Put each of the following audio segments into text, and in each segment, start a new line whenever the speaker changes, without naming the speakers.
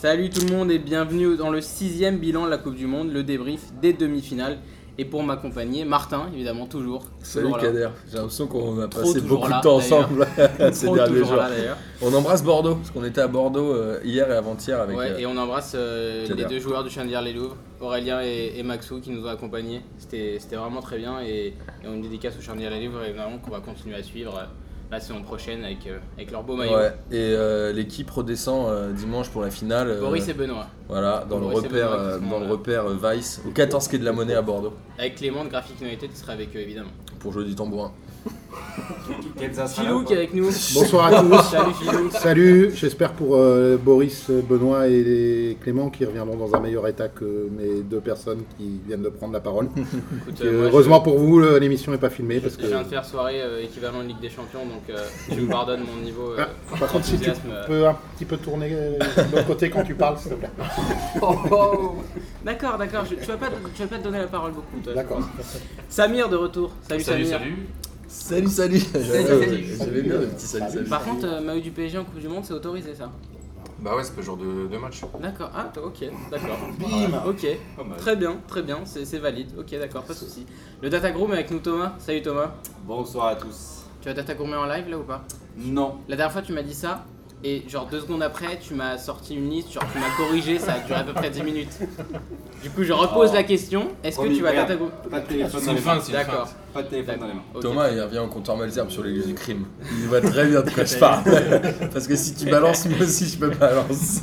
Salut tout le monde et bienvenue dans le sixième bilan de la Coupe du Monde, le débrief des demi-finales. Et pour m'accompagner, Martin, évidemment, toujours.
Salut
toujours là.
Kader, j'ai l'impression qu'on a
Trop
passé
toujours
beaucoup
là,
de temps
d'ailleurs.
ensemble Ah, ces
Trop
derniers
toujours
jours.
là, d'ailleurs.
On embrasse Bordeaux, parce qu'on était à Bordeaux euh, hier et avant-hier avec.
Ouais,
euh,
et on embrasse euh, les
Kader.
deux joueurs du Chandelier les Louvres, Aurélien et, et Maxou qui nous ont accompagnés. C'était c'était vraiment très bien et, et on dédicace au Chandelier les Louvres évidemment qu'on va continuer à suivre euh, la saison prochaine avec, euh, avec leur beau maillot.
ouais, et euh, l'équipe redescend euh, dimanche pour la finale. euh,
Boris et Benoît,
Voilà, dans le
Boris et
repère,
Benoît,
euh,
qui sont,
dans le
euh,
repère euh, Vice, au 14 quai de la Monnaie à Bordeaux,
avec Clément de Graphic Noété, tu seras avec eux évidemment.
pour jouer du tambourin.
Ah,
Philou qui est avec nous.
Bonsoir à tous.
Salut Philou.
Salut, j'espère pour euh, Boris, Benoît et les Clément qui reviendront dans un meilleur état que mes deux personnes qui viennent de prendre la parole.
Écoute,
Et,
euh, moi, je-
heureusement pour vous, le- l'émission n'est pas filmée parce
Je
que
viens de faire soirée euh, équivalent de Ligue des Champions, donc euh, je me pardonne mon niveau euh,
Ah, par contre, si tu
d'enthousiasme.
tu peux un petit peu tourner euh, de l'autre côté quand tu parles, s'il te plaît.
Oh, oh. D'accord, d'accord, je- tu, vas pas te- tu vas pas te donner la parole beaucoup. toi.
D'accord.
Samir de retour. Salut,
Salut,
Samir.
salut.
Salut, salut
salut.
J'aimais bien le petit salut, salut.
Par contre, euh, maillot du PSG en Coupe du Monde, c'est autorisé ça.
Bah ouais, c'est le jour de, de match.
D'accord, ah, t- ok, d'accord.
Bim
Ok, très bien, très bien, c'est c'est valide. Ok, d'accord, pas de soucis. Le Data Groom est avec nous, Thomas. Salut, Thomas.
Bonsoir à tous.
Tu vas Data Gourmet en live là ou pas
Non.
La dernière fois, tu m'as dit ça. Et genre deux secondes après, tu m'as sorti une liste, genre tu m'as corrigé, ça a duré à peu près 10 minutes. Du coup, je repose
Oh.
la question, est-ce que
Promis,
tu vas
regarde,
Data Groom
Pas de téléphone
C'est
dans
une
les mains.
fin, Oh, c'est une
D'accord.
fin.
Pas de téléphone dans les mains.
ok.
Thomas, il revient au comptoir Malzerbe sur l'église du crime. Il voit très bien de quoi je parle. Parce que si tu balances, moi aussi je peux balance.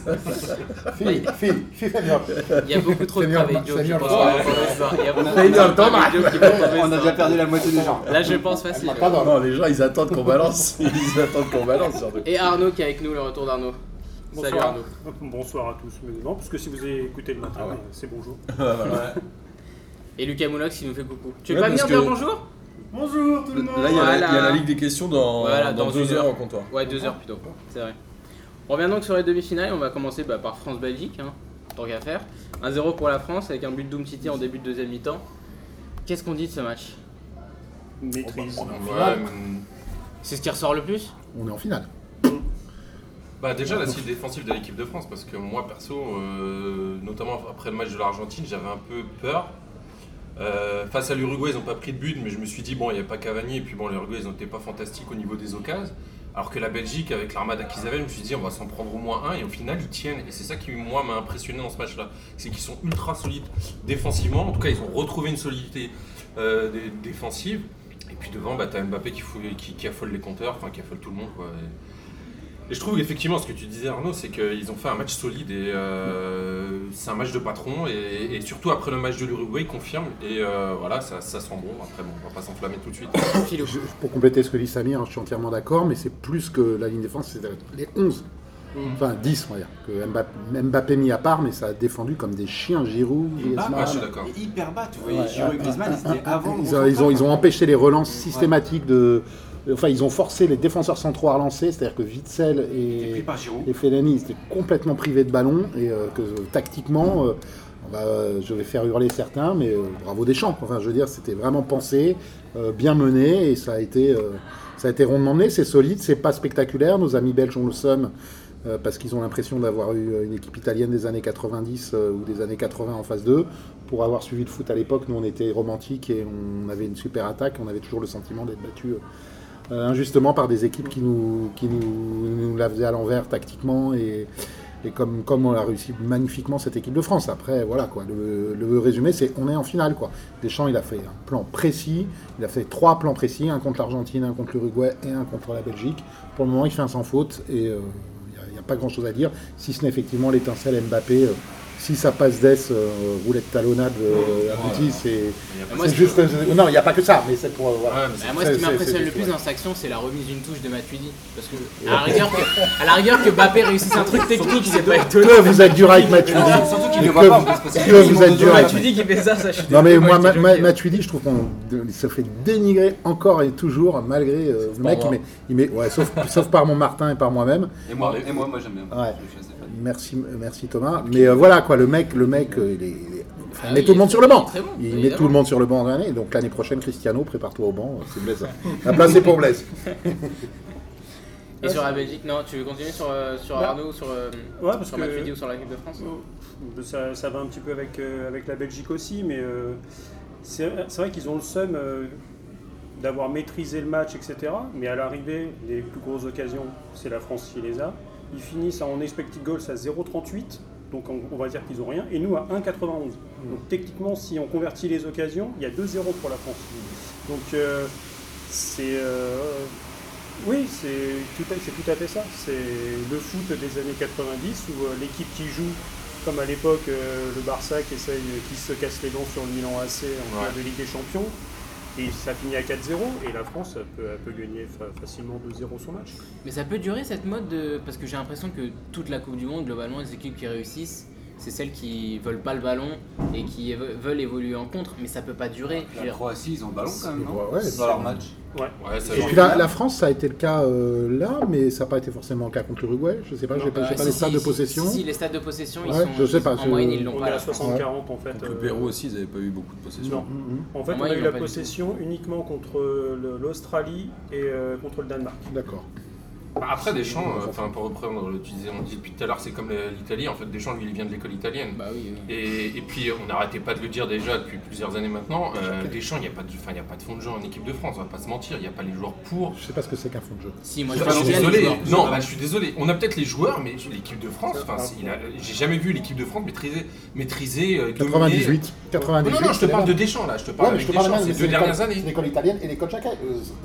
Fille, fille, fille, fais bien.
Il y a beaucoup trop de
Seigneur,
travail, Joe. je
Seigneur,
pense.
Seigneur.
Il y a beaucoup
Seigneur,
trop de
Thomas.
travail, Joe, qui vont tomber
On a
sur-
déjà perdu la moitié des gens.
Là, je pense facile.
Ah, pardon.
Non, les gens ils attendent qu'on balance. Ils attendent qu'on balance surtout.
Et Arnaud qui est avec nous, le retour d'Arnaud. Salut
Bonsoir.
Arnaud.
Bonsoir à tous. Mais non, parce que si vous avez écouté le matin,
Ah ouais.
euh, c'est bonjour.
Et Lucas Moulox qui nous fait coucou. Tu veux pas
Ouais, parce
venir dire
que-
bonjour
Bonjour tout
Là, il y, a la- il y a la Ligue des questions dans,
Voilà,
dans
dans
deux
une
heures
heure.
au comptoir.
Ouais, deux heures plutôt. C'est vrai. On revient donc sur les demi-finales. et On va commencer bah, par France-Belgique, hein, tant qu'à faire. 1-0 pour la France avec un but de City en début de deuxième mi-temps. Qu'est-ce qu'on dit de ce match
Maîtrise.
Ouais, hum,
C'est ce qui ressort le plus
On est en finale.
bah déjà la style défensive de l'équipe de France parce que moi perso, euh, notamment après le match de l'Argentine, j'avais un peu peur. Euh, face à l'Uruguay, ils n'ont pas pris de but, mais je me suis dit bon, il n'y a pas Cavani et puis bon, l'Uruguay, ils n'étaient pas fantastiques au niveau des occasions. Alors que la Belgique, avec l'armada qu'ils avaient, je me suis dit on va s'en prendre au moins un et au final ils tiennent. Et c'est ça qui moi m'a impressionné dans ce match-là, c'est qu'ils sont ultra solides défensivement. En tout cas, ils ont retrouvé une solidité euh, dé- défensive. Et puis devant, bah, t'as Mbappé qui, fou- qui- qui affole les compteurs, enfin qui affole tout le monde. Quoi. Et- Et je trouve effectivement ce que tu disais Arnaud, c'est qu'ils ont fait un match solide et euh, c'est un match de patron et, et surtout après le match de l'Uruguay, ils confirment et euh, voilà, ça, ça sent bon. Après bon, on va pas s'enflammer tout de suite.
Philou.
Je- pour compléter ce que dit Samir, hein, je suis entièrement d'accord, mais c'est plus que la ligne défense, c'est les 11. Enfin, 10, on va dire. Que Mbappé, Mbappé mis à part, mais ça a défendu comme des chiens Giroud, Griezmann.
Ah, je suis d'accord.
Et hyper bas, tu vois.
Ouais,
Giroud et Griezmann, ils étaient avant.
Ils ont, ils ont- ils ont empêché les relances systématiques de. Enfin, ils ont forcé les défenseurs centraux à relancer, c'est-à-dire que Witzel
Et pris
et,
par Giroud.
et Fellaini ils étaient complètement privés de ballon et euh, que euh, tactiquement, euh, on va, euh, je vais faire hurler certains, mais euh, bravo Deschamps. Enfin, je veux dire, c'était vraiment pensé, euh, bien mené et ça a été, euh, ça a été rondement mené. C'est solide, c'est pas spectaculaire. Nos amis belges, on le somme. euh, parce qu'ils ont l'impression d'avoir eu euh, une équipe italienne des années 90 euh, ou des années 80 en face d'eux pour avoir suivi le foot à l'époque, nous on était romantiques et on avait une super attaque, on avait toujours le sentiment d'être battu euh, injustement par des équipes qui nous, qui nous, nous la faisaient à l'envers tactiquement et, et comme, comme on a réussi magnifiquement cette équipe de France. Après, voilà quoi, le, le résumé c'est on est en finale quoi. Deschamps il a fait un plan précis, il a fait trois plans précis, un contre l'Argentine, un contre l'Uruguay et un contre la Belgique. Pour le moment il fait un sans faute et euh, il n'y a, il y a pas grand chose à dire, si ce n'est effectivement l'étincelle Mbappé. euh, si ça passe d'ess, euh, roulette talonnade euh, aboutie, c'est
Il y a
Et
pas-
Bah, moi,
c'est
ce
juste. euh, non, il n'y a pas que ça, mais c'est pour. euh, voilà.
Ouais, mais c'est-
Bah, moi, ce qui
C'est- c'est-
m'impressionne
c'est
le plus
juste,
dans cette action, c'est la remise d'une touche de Matuidi. Parce que, à, la rigueur que à la rigueur que Mbappé réussisse un truc technique, c'est pas étonnant.
Que vous êtes dur avec Mathieu.
Surtout qu'ils
Et
ne
que
voient pas.
vous-
parce que c'est
que
quasiment
vous êtes
deux
dur
heures.
à
Matuidi qui fait ça, ça, je suis
Non mais
désolé,
moi,
j'étais
Ma- Ma-
choqué.
Matuidi, je trouve qu'on il se fait dénigrer encore et toujours, malgré euh, le mec.
par moi.
Il met, il met- ouais, sauf, sauf par mon Martin et par moi-même.
Et moi, et moi, moi j'aime bien.
Ouais.
Je suis assez fan.
Merci, merci Thomas. Mais euh, voilà quoi, le mec, le mec, euh, il est- il est- enfin, il
Ah,
met
il
tout le
est-
monde sur le
il
banc.
est très bon,
il met
évidemment.
tout le monde sur le banc l'année. Donc l'année prochaine, Cristiano, prépare-toi au banc. euh, C'est Blaise. La place est pour Blaise.
Et sur la Belgique, non, tu veux continuer sur, euh, sur
Bah.
Arnaud ou sur, euh,
Ouais, parce
sur
que-
Matuidi ou sur l'équipe de France
Oh, Ça, ça va un petit peu avec, euh, avec la Belgique aussi, mais euh, c'est c'est vrai qu'ils ont le seum euh, d'avoir maîtrisé le match, etc. Mais à l'arrivée, les plus grosses occasions, c'est la France qui les a. Ils finissent en expected goals à 0,38, donc on, on va dire qu'ils n'ont rien, et nous à 1,91. Donc techniquement, si on convertit les occasions, il y a 2-0 pour la France. Donc euh, c'est. euh, oui, c'est tout, à- c'est tout à fait ça. C'est le foot des années 90 où euh, l'équipe qui joue, comme à l'époque euh, le Barça qui, essaye, qui se casse les dents sur le Milan AC en
Ouais.
finale de Ligue des Champions, et ça finit à 4-0, et la France elle peut, elle peut gagner fa- facilement 2-0 son match.
Mais ça peut durer cette mode de... Parce que j'ai l'impression que toute la Coupe du Monde, globalement, les équipes qui réussissent, c'est celles qui veulent pas le ballon et qui évo- veulent évoluer en contre, mais ça peut pas durer. Je veux
La
dire,
Croatie, ils ont le ballon quand même, non
Ouais, ouais,
Dans leur match.
Ouais, ça
Et
joue.
puis la, la France, ça a été le cas euh, là, mais ça n'a pas été forcément le cas contre l'Uruguay. Je sais pas, j'ai pas,
euh,
j'ai pas
si,
les stades
si,
de
si,
possession.
Si, les stades de possession, ils
Ouais,
sont,
je sais pas,
en
je-
moyenne, ils l'ont
On
pas.
est à
la France.
60-40 en fait.
Contre le
euh,
Pérou aussi, ils n'avaient pas eu beaucoup de possession.
Non.
Hum,
En fait,
Moi,
on a
ils
eu
l'ont
la
pas du tout.
possession uniquement contre le- l'Australie et euh, contre le Danemark.
D'accord.
Bah, Après, Deschamps, euh, enfin, pour reprendre, le- tu disais, on dit depuis tout à l'heure, c'est comme le- l'Italie. En fait, Deschamps, lui, il vient de l'école italienne.
Bah oui, oui.
Et, et puis, on n'arrêtait pas de le dire déjà depuis plusieurs années maintenant. euh, Deschamps, il n'y a, pas de- enfin, il y a pas de fond de jeu en équipe de France, on va pas se mentir. Il n'y a pas les joueurs pour.
Je sais pas ce que c'est qu'un fond de jeu.
Si, moi
Je
je
suis
pense que
désolé.
les joueurs-
Non, bah, je suis désolé. On a peut-être les joueurs, mais l'équipe de France, enfin, c'est- il a- j'ai jamais vu l'équipe de France maîtriser, maîtriser, euh, dominer.
98. 98.
Non, non, non, je te
c'est
parle de
l'époque.
Deschamps là. Je te
Ouais,
parle
mais
de
je te parle
Deschamps
même,
ces
mais
deux
c'est
dernières
l'école-
années.
c'est l'école italienne et l'école Chaka. Euh,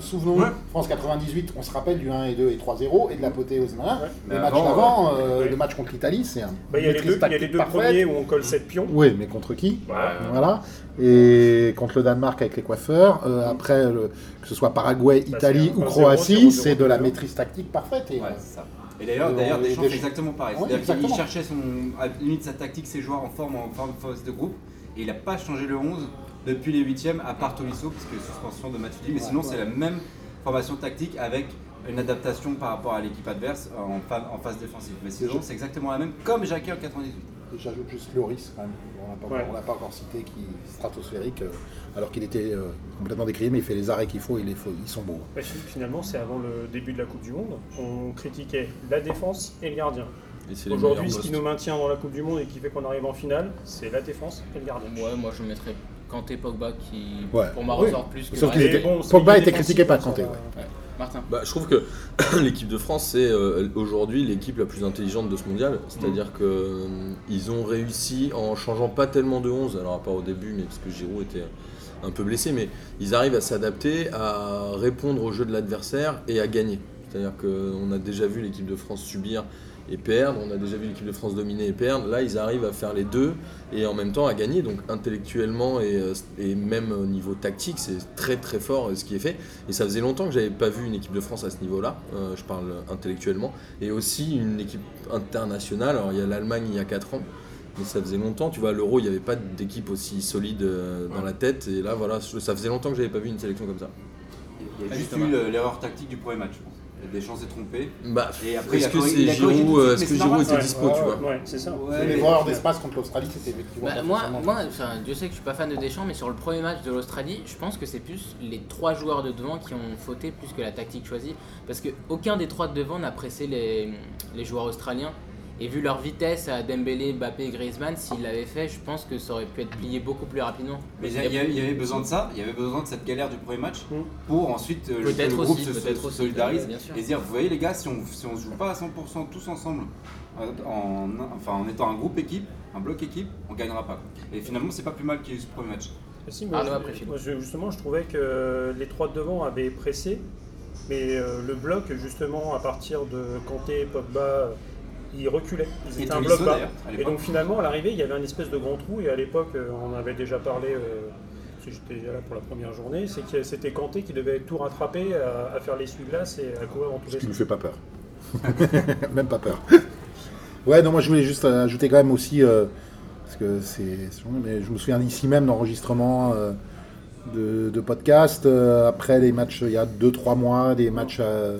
souvenons
Ouais.
France 98, on se rappelle du 1 et 2 et 3-0 et de l'apothéose. Hein.
Mais
Le match
avant,
d'avant, euh,
ouais.
le match contre l'Italie, c'est un.
Bah, Il y a les
maîtrise
deux, il y a les
tactique
deux
parfaite.
premiers où on colle 7 pions.
Oui, mais contre qui
Ouais, ouais.
Voilà. Et contre le Danemark avec les coiffeurs. euh, Après, le- que ce soit Paraguay,
Bah,
Italie
Mm. c'est un-
ou
un
Croatie,
0-0-0-0.
c'est de la maîtrise tactique parfaite. Et,
Ouais, c'est ça. Et d'ailleurs,
Et
Euh,
d'ailleurs
on-
Deschamps
et
fait
Deschamps-
exactement pareil.
Ouais,
C'est-à-dire qu'il
exactement.
cherchait son, à la limite sa tactique, ses joueurs en forme, en forme phase de groupe, et il n'a pas changé le 11 depuis les 8 à part Tolisso, parce que suspension de Matuidi, mais sinon c'est la même formation tactique avec une adaptation par rapport à l'équipe adverse euh, en, fa- en phase défensive. Mais sinon, c'est exactement la même, comme Jacquet en 98.
euh, Et J'ajoute juste Loris, quand même. On l'a pas,
Ouais.
on l'a pas encore cité, qui est stratosphérique. euh,
Alors qu'il était euh, complètement décrié, mais il fait les arrêts qu'il faut, il les faut, ils sont beaux.
Bah, fi- finalement, c'est avant le début de la Coupe du Monde. On critiquait la défense et le gardien.
Et c'est les
Aujourd'hui,
meilleurs
ce qui
postes.
nous maintient dans la Coupe du Monde et qui fait qu'on arrive en finale, c'est la défense et le gardien.
Ouais, moi je mettrais Kanté Pogba qui,
Ouais.
pour moi,
Oui.
ressort plus que
Sauf
Varane.
qu'il était- Pogba était critiqué par Kanté, ouais.
Martin.
Bah, je trouve que l'équipe de France, c'est euh, aujourd'hui l'équipe la plus intelligente de ce mondial. C'est-à-dire que euh, ils ont réussi en changeant pas tellement de 11, alors à part au début, mais parce que Giroud était euh, un peu blessé, mais ils arrivent à s'adapter, à répondre au jeu de l'adversaire et à gagner. C'est-à-dire qu'on a déjà vu l'équipe de France subir et perdre, on a déjà vu l'équipe de France dominer et perdre. Là, ils arrivent à faire les deux et en même temps à gagner. Donc intellectuellement et, euh, et même au niveau tactique, c'est très très fort euh, ce qui est fait. Et ça faisait longtemps que j'avais pas vu une équipe de France à ce niveau-là, euh, je parle intellectuellement, et aussi une équipe internationale. Alors il y a l'Allemagne il y a 4 ans, mais ça faisait longtemps, tu vois, à l'Euro, il n'y avait pas d'équipe aussi solide euh, dans la tête, et là voilà, je- ça faisait longtemps que j'avais pas vu une sélection comme ça.
Il y a
Ah,
juste
Thomas.
eu le- l'erreur tactique du premier match, je pense. Deschamps s'est trompé.
Bah,
Et après, il
est-ce
a
que
corrigé- il
c'est
a corrigé tout de
Giroud,
suite,
euh,
mais
est-ce que
c'est
Giroud
normal.
était dispo, tu vois
Ouais, c'est ça.
Ouais, mais-
les erreurs d'espace contre l'Australie, c'était effectivement.
Bah,
pas
moi,
forcément-
moi enfin, Dieu sait que je suis pas fan de Deschamps, mais sur le premier match de l'Australie, je pense que c'est plus les trois joueurs de devant qui ont fauté plus que la tactique choisie. Parce que aucun des trois de devant n'a pressé les, les joueurs australiens. Et vu leur vitesse à Dembélé, Mbappé et Griezmann, s'ils l'avaient fait, je pense que ça aurait pu être plié beaucoup plus rapidement.
Mais il y, a- il y a- il y avait besoin de ça, il y avait besoin de cette galère du premier match
Mm.
pour ensuite euh,
Mmh. Peut-être
que le groupe
aussi,
se, se-
peut-être
se
aussi,
solidarise
bien sûr.
et se dire vous voyez les gars, si on si on se joue pas à 100% tous ensemble, en, en- enfin, en étant un groupe équipe, un bloc équipe, on gagnera pas. Et finalement, c'est pas plus mal qu'il y ait eu ce premier match.
Ah si, moi,
Arnaud
je-
après Philippe.
moi, je- justement, je trouvais que euh, les trois de devant avaient pressé, mais euh, le bloc, justement, à partir de Kanté, Pogba, euh, ils reculaient. Ils
Et
étaient un
Tolisso,
bloc bas.
d'ailleurs, à
Et
l'époque.
donc, finalement, à l'arrivée, il y avait un espèce de grand trou, et à l'époque, euh, on en avait déjà parlé. euh, parce que J'étais déjà là pour la première journée, c'est que c'était Kanté qui devait tout rattraper à, à faire l'essuie-glace et à courir dans tous
Ce
les
qui ne
sens.
fait pas peur. même pas peur. Ouais, non, moi je voulais juste euh, ajouter quand même aussi, euh, parce que c'est. c'est long, Mais je me souviens ici même d'enregistrements euh, de, de podcasts, euh, après les matchs, il y a 2-3 mois, des matchs, euh,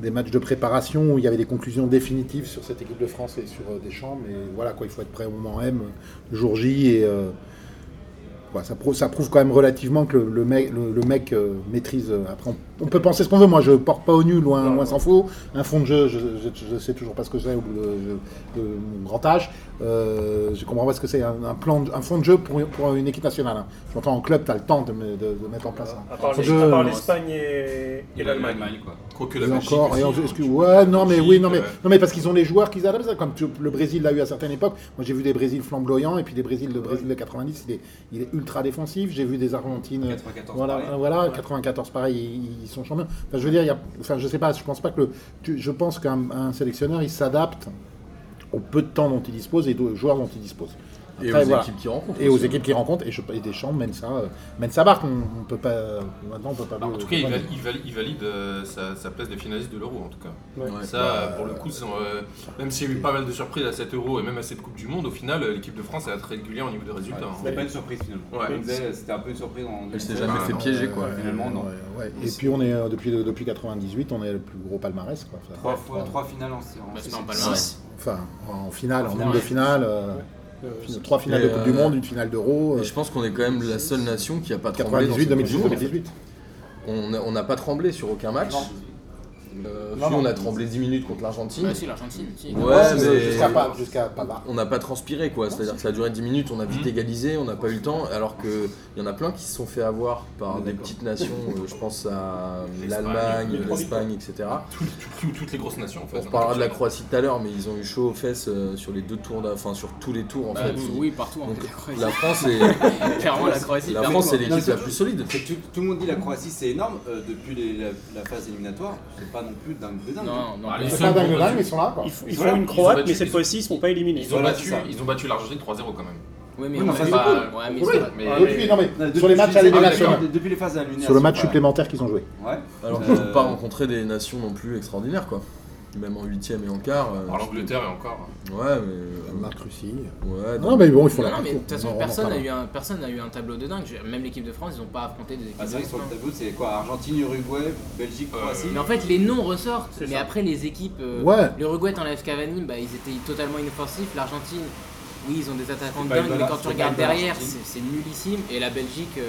des matchs de préparation où il y avait des conclusions définitives sur cette équipe de France et sur euh, Deschamps. Mais voilà, quoi, il faut être prêt au moment M, le jour J. Et, euh, Voilà, ça, prou- ça prouve quand même relativement que le, le mec, le, le mec euh, maîtrise. euh, après, on, on peut penser ce qu'on veut. Moi, je porte pas au nul, loin,
Non,
loin
non.
s'en faut. Un fond de jeu, je, je, je sais toujours pas ce que c'est au bout de, de- de mon grand âge. Euh, je comprends pas ce que c'est un, un plan, de- un fond de jeu pour, pour une équipe nationale. hein. J'entends en club, tu as le temps de, me- de- de mettre en place.
À part
Fond de
les-
jeu,
à part
euh,
l'Espagne et, et l'Allemagne.
quoi.
Quoique
Et
la Belgique
encore,
aussi,
et en-
hein,
excuse-
tu vois, euh,
ouais, non, mais oui, non, mais,
Belgique,
non, mais parce qu'ils ont les joueurs qu'ils adaptent ça. Comme tu- le Brésil l'a eu à certaines époques. Moi, j'ai vu des Brésils flamboyants et puis des Brésils de Brésil de 90, il est, il est ultra défensif. J'ai vu des Argentines. euh,
94
Voilà,
pareil.
voilà, 94 pareil, ils, ils sont champions. Enfin, je veux dire, il y a, enfin, je sais pas, je pense pas que le, tu- je pense qu'un un sélectionneur, il s'adapte au peu de temps dont il dispose et aux joueurs dont il dispose.
Et
Après,
aux
voilà.
équipes qui rencontrent.
Et aux
aussi.
équipes qu'il rencontre, et, je, et Deschamps mène ça, euh, mène sa barque. On, on peut pas, euh, maintenant, on peut pas.
Bah, en
le-
tout cas,
le-
il valide, il valide- il valide, euh, sa, sa place de finaliste de l'Euro, en tout cas.
Ouais.
Ouais.
Ça, euh, pour le coup, sont, euh, même s'il y a eu pas mal de surprises à cet Euro et même à cette Coupe du Monde, au final, euh, l'équipe de France est très régulière au niveau des résultats. hein.
C'était pas une surprise finalement.
Ouais.
On disait, C'était un peu une surprise. en
Elle s'est
2016.
jamais
Ah,
fait
non,
piéger, quoi.
Ouais,
Finalement, non.
ouais, ouais. Et puis on est euh, depuis depuis 98, on est le plus gros palmarès. Quoi. Enfin,
Trois fois,
enfin,
trois finales en séance.
Bah, c'est pas un palmarès.
Enfin, en finale, en
Ouais.
nombre de finales, euh,
Euh,
fin- trois finales de
Et,
Coupe du
euh,
Monde, une finale d'Euro. euh,
Et je pense qu'on est quand même la seule nation qui a pas tremblé.
98,
dans cette
2018,
Coupe du Monde.
2018.
On a- on n'a pas tremblé sur aucun match. Euh,
Non,
puis
non.
on a tremblé 10 minutes contre l'Argentine.
Bah, si, l'Argentine. si.
Ouais,
Ouais, c'est ça,
mais-
jusqu'à pas, jusqu'à pas là.
On n'a pas transpiré quoi, c'est-à-dire que ça a duré 10 minutes, on a
Mmh.
vite égalisé, on n'a pas eu le temps, alors qu'il y en a plein qui se sont fait avoir par des petites nations, euh, je pense à l'Allemagne, l'Espagne, etc.
Tout- tout- tout- toutes les grosses nations, en fait.
On reparlera de la Croatie tout à l'heure, mais ils ont eu chaud aux fesses euh, sur les deux tours, d'a- enfin sur tous les tours en
Bah,
fait.
oui, partout. en
Donc,
fait, la Croatie.
La France est,
Clairement, la Croatie. hein.
la
clairement.
France est
Non,
l'équipe
c'est
la plus solide.
C'est que Tout, tout le monde dit la Croatie c'est énorme euh, depuis les- la, la phase éliminatoire, c'est pas non plus dingue de dingue.
Non, non,
Bah,
les-
les
C'est pas
seuls
dingue,
bons
dingue,
résultats-
mais ils sont là. quoi.
Ils, f- ils
Voilà,
font une
ils ont
croate,
battu-
mais cette fois-ci, ils ne sont pas éliminés.
Ils ont,
Voilà,
battu,
c'est ça.
ils ont battu l'Argentine 3-0 quand même.
Oui, mais
Oui,
on
mais
fait
c'est
pas. Ouais, mais c'est pas-
Mais
Ouais,
Depuis,
mais-
non, mais
Non, depuis
sur les matchs à
ah,
l'élimination.
d'accord, de- Depuis les phases à
Sur le match
voilà.
supplémentaire qu'ils ont joué.
Ouais.
Alors qu'ils
Euh,
n'ont pas rencontré des nations non plus extraordinaires quoi. Même en huitième et en quart. euh,
Alors l'Angleterre et encore.
Ouais, mais. euh,
Marc Russie.
Ouais,
Non, mais bon, il faut
Non,
la
non, mais de toute
On
façon,
en
personne n'a
reparlera.
eu, un- personne n'a eu un tableau de dingue. Je- Même l'équipe de France, ils n'ont pas affronté des équipes.
Ah, c'est vrai que sur le
de-
tableau c'est quoi Argentine, Uruguay, Belgique,
Euh,
Croatie.
Mais en fait, les noms ressortent.
C'est
Mais
ça.
après, les équipes. euh,
Ouais.
L'Uruguay, t'enlèves Cavani, bah, ils étaient totalement inoffensifs. L'Argentine, oui, ils ont des attaquants de
C'est pas
dingue,
une bonne-
mais quand
c'est
tu
pas
regardes
une bonne
derrière,
Argentine.
c'est c'est nullissime. Et la Belgique, euh,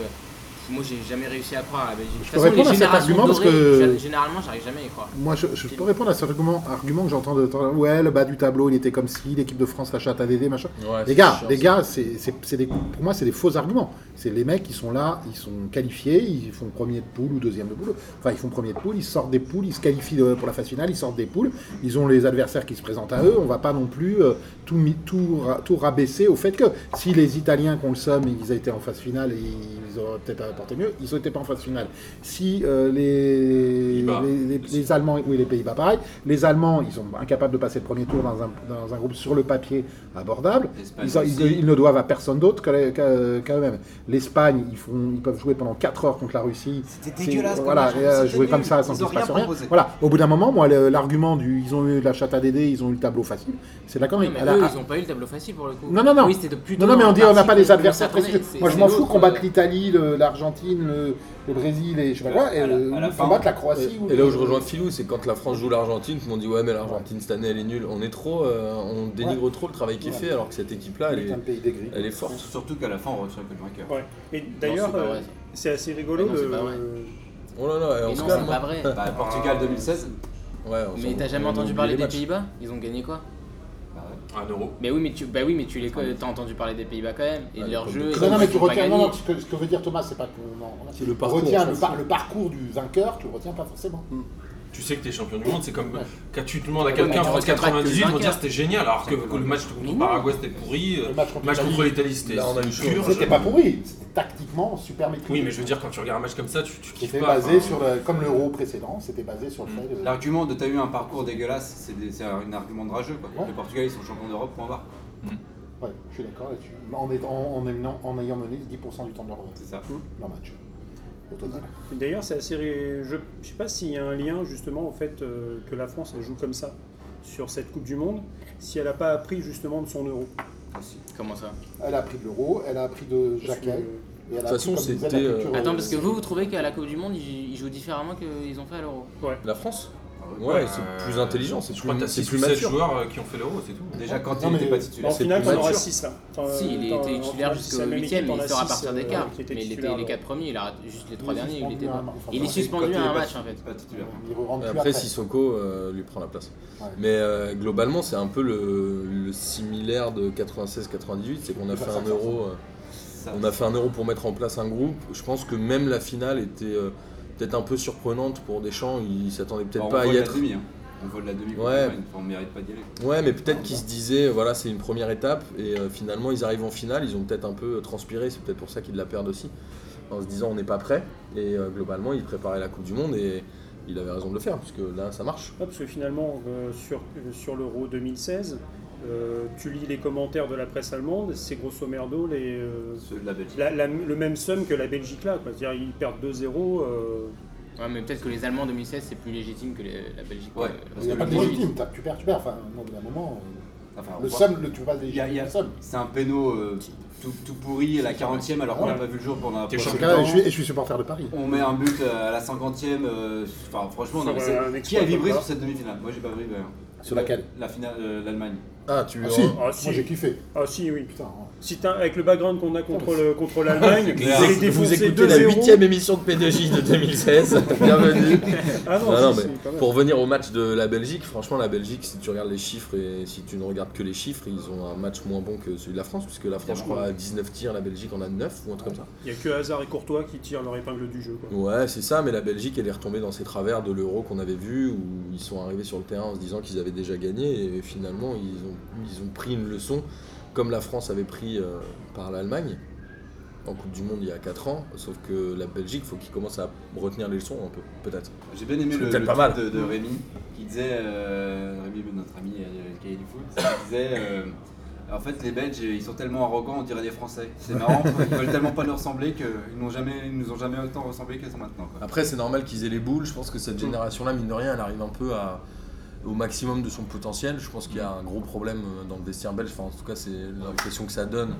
moi, j'ai jamais réussi à croire à la Belgique.
Je peux répondre à cet argument parce que-
gé- généralement, j'arrive jamais à y croire.
Moi, je, je peux répondre à cet argument, argument que j'entends de temps en temps. Ouais, le bas du tableau, il était comme si, l'équipe de France, la chatte à Dédé, machin.
Ouais,
Les
c'est
gars,
chiant,
les
ça.
gars, c'est, c'est- c'est des- pour moi, c'est des faux arguments. C'est les mecs qui sont là, ils sont qualifiés, ils font premier de poule ou deuxième de poule. Enfin, ils font premier de poule, ils sortent des poules, ils se qualifient de- pour la phase finale, ils sortent des poules. Ils ont les adversaires qui se présentent à eux. On va pas non plus euh, tout, mi- tout, ra- tout rabaisser au fait que si les Italiens qu'on le somme, ils étaient en phase finale, ils auraient peut-être apporté mieux. Ils n'étaient pas en phase finale. Si euh, les,
Pays-Bas.
les, les- les Allemands, oui, les Pays-Bas, pareil. Les Allemands, ils sont incapables de passer le premier tour dans un, dans un groupe sur le papier abordable.
L'Espagne
Ils, ont- ils-
aussi.
ils ne doivent à personne d'autre qu'à les- qu'à- qu'à eux-mêmes. L'Espagne, ils, font- ils peuvent jouer pendant 4 heures contre la Russie.
C'était
C'est-
dégueulasse.
Voilà,
comme
et, euh,
match, hein.
jouer
c'était
comme ça
nul,
sans
ils
qu'il
ont
se passe rien.
proposé.
Voilà, au bout d'un moment, moi, le- l'argument du ils ont eu de la chatte à Dédé, ils ont eu le tableau facile, c'est la
Non,
connerie.
mais
Elle a-
eux, ils n'ont pas eu le tableau facile pour le coup.
Non, non, non.
Oui, c'était plutôt
non, non, mais on dit on n'a pas
parti
des
qu'on
adversaires
s'attendait.
précis.
C'est-
Moi, je
c'est
m'en fous
l'autre,
qu'on batte
euh,
l'Italie, le- l'Argentine, le, le Brésil et je sais pas quoi, et
À la-
euh,
à la
ou
fin.
qu'on batte la Croatie. ou
Et là où je
le-
rejoins Philou, c'est quand la France joue l'Argentine, tout le monde dit ouais mais l'Argentine cette année elle est nulle. On est trop, euh, on dénigre trop le travail qui est
Ouais.
fait alors que cette équipe là elle
C'est
est,
un pays des gris.
elle est forte.
Surtout qu'à la fin on retire que le vainqueur.
Ouais. Et
Non,
d'ailleurs,
c'est pas
euh,
vrai.
c'est assez rigolo.
Mais non, c'est
le-
pas vrai.
Oh là là,
Mais
on se
non,
calme.
c'est pas vrai.
Bah, Portugal 2016.
Ouais, on
Mais
s'en-
t'as jamais
on
entendu
oublie
parler
les
des
matchs.
Pays-Bas Ils ont gagné quoi
Bah ouais.
Un Euro.
Mais oui, mais tu, bah oui, mais tu les, t'as entendu parler des Pays-Bas quand même et de
Ouais,
leur
les
jeu.
Pays-Bas.
et
Non, non,
ils
mais tu
ont pas
retiens. Non,
gagné.
non, ce que, ce que veut dire Thomas, c'est pas qu'on en-
C'est le
on
parcours,
retient
ça,
le,
c'est-
par- le parcours du vainqueur, tu le retiens pas forcément.
Tu sais que t'es champion du monde, c'est comme
Ouais.
quand tu demandes à
Ouais,
quelqu'un
mais tu
en
retiens pas que le
98, ils vont dire
vainqueur.
c'était génial, alors que que le match contre le Paraguay c'était pourri, euh,
Le
le
match contre
match
l'Italie,
contre l'Italie c'était
là, on a eu
c'était
chaud.
dur.
C'était pas pourri, c'était tactiquement super maîtrisé.
Oui, mais je veux dire, quand tu regardes un match comme ça, tu, tu kiffes
C'était
pas.
basé
enfin,
sur le, comme l'euro précédent, c'était basé sur le fait de.
L'argument de t'as eu un parcours dégueulasse, c'est des- c'est un argument de rageux. Quoi.
Ouais.
Le Portugal, ils sont champions d'Europe, point barre.
Ouais, je suis d'accord là-dessus. En, étant- en, ayant- en ayant mené 10% du temps de leur,
C'est ça.
leur match. Au total.
Et D'ailleurs, c'est assez. ré- Je ne sais pas s'il y a un lien justement au fait euh, que la France elle joue comme ça sur cette Coupe du Monde, si elle n'a pas appris justement de son euro.
Comment ça
Elle a appris de l'euro, elle a appris de
Parce
Jacquet.
que-
et elle
De
a
toute
appris,
façon,
comme disait, la
c'était, euh,
culture,
Attends,
euh,
parce que vous, vous trouvez qu'à la Coupe du Monde, ils, ils jouent différemment qu'ils ont fait à l'Euro
La France
Ah bah,
Ouais, c'est plus intelligent, c'est
Je
plus,
crois que t'as
c'est
6
plus
ou 7
mature.
joueurs euh, qui ont fait l'euro, c'est tout.
Déjà, quand
Non,
il
mais-
n'était pas
bah, En
titulaire.
c'est
finale,
plus
t'en auras
mature.
6 là.
Euh,
Si, il était titulaire jusqu'au 8 et il sort à partir
euh,
des quarts. Mais il était les 4 premiers, il a raté juste les 3
Il est
derniers, il
suspendu
était
à
pas.
un- enfin,
Il est
quand il est
suspendu à
pas
un match en fait.
Pas titulaire.
Il rentre
Et
euh, plus
après, Sissoko euh, lui prend la place.
Ouais.
Mais euh, globalement, c'est un peu le, le similaire de 96-98, c'est qu'on a
Enfin,
fait
ça,
un
ça,
euro. euh,
Ça-
On a fait un euro pour mettre en place un groupe. Je pense que même la finale était euh, peut-être un peu surprenante pour Deschamps. Il s'attendait peut-être
Bon,
pas
on
à
vole
y
la
être.
demi, hein. On vole la demi. contre
Ouais.
l'Allemagne. Enfin, On mérite pas d'y aller.
Ouais, mais peut-être qu'il se disait, voilà, c'est une première étape. Et euh, finalement, ils arrivent en finale. Ils ont peut-être un peu euh, transpiré. C'est peut-être pour ça qu'ils la perdent aussi. En se disant, on n'est pas prêt. Et euh, globalement, ils préparaient la Coupe du Monde. Et il avait raison de le faire, puisque là, ça marche.
Ouais, parce que finalement, euh, sur, euh, sur l'Euro 2016, euh, tu lis les commentaires de la presse allemande, c'est grosso merdo les, euh,
Ceux de la Belgique.
la- la- le même somme que la Belgique là. quoi. C'est-à-dire ils perdent 2-0. euh,
Ouais, mais peut-être que les Allemands 2016 c'est plus légitime que les- la Belgique.
Ouais,
euh,
parce
Il n'y a
que
pas de
moi,
légitime, t'as- tu perds, tu perds. Enfin, au bout d'un moment, euh,
Enfin, on
le
voit-
somme, le, tu peux pas
Ah, Il y a- il y
légitimer
a-
le somme.
C'est un péno euh, tout, tout pourri à la 40e alors qu'on n'a pas vu le jour pendant la
T'es
prochaine
C'est
champion.
quand même-
mi-temps.
et je suis- et je suis supporter de Paris.
On met un but euh, à la 50e. euh, Enfin, franchement, non,
Sur euh,
mais c'est-
un
qui a
exploit
vibré
comme
sur
ça.
cette demi-finale Moi, j'ai pas vibré. hein.
Sur laquelle
La finale, euh, l'Allemagne.
Ah, tu
Ah si,
Ah,
moi
si.
j'ai kiffé.
Ah si, oui.
Putain, hein.
Si t'as- avec le background qu'on a contre le- contre l'Allemagne,
Vous
on les
Vous,
défoncer
écoutez la
2-0.
huitième émission de P2J de 2016. Bienvenue.
Ah non,
Non, non,
si,
mais
si, quand même.
pour revenir au match de la Belgique, franchement, la Belgique, si tu regardes les chiffres et si tu ne regardes que les chiffres, ils ont un match moins bon que celui de la France, puisque la France, je crois, a 19 tirs, la Belgique en a 9 ou un truc comme ça.
Il n'y a que Hazard et Courtois qui tirent leur épingle du jeu. Quoi.
Ouais, c'est ça, mais la Belgique, elle est retombée dans ses travers de l'euro qu'on avait vu, où ils sont arrivés sur le terrain en se disant qu'ils avaient déjà gagné, et finalement, ils ont, ils ont pris une leçon, comme la France avait pris euh, par l'Allemagne en Coupe du Monde il y a 4 ans, sauf que la Belgique, faut qu'ils commencent à retenir les leçons un peu, peut-être.
J'ai bien aimé
C'est
le, le
peut-être pas
tweet
mal.
De, de Rémi qui disait, euh, Rémi, notre ami, euh, le cahier du foot, qui disait, euh, en fait, les Belges, ils sont tellement arrogants, on dirait des Français. C'est marrant, ils veulent tellement pas nous ressembler qu'ils n'ont jamais, ils nous ont jamais autant ressemblé qu'ils sont maintenant. quoi.
Après, c'est normal qu'ils aient les boules. Je pense que cette
Mm.
génération-là, mine de rien, elle arrive un peu à- au maximum de son potentiel. Je pense qu'il y a un gros problème euh, dans le vestiaire belge. Enfin, en tout cas, c'est l'impression que ça donne.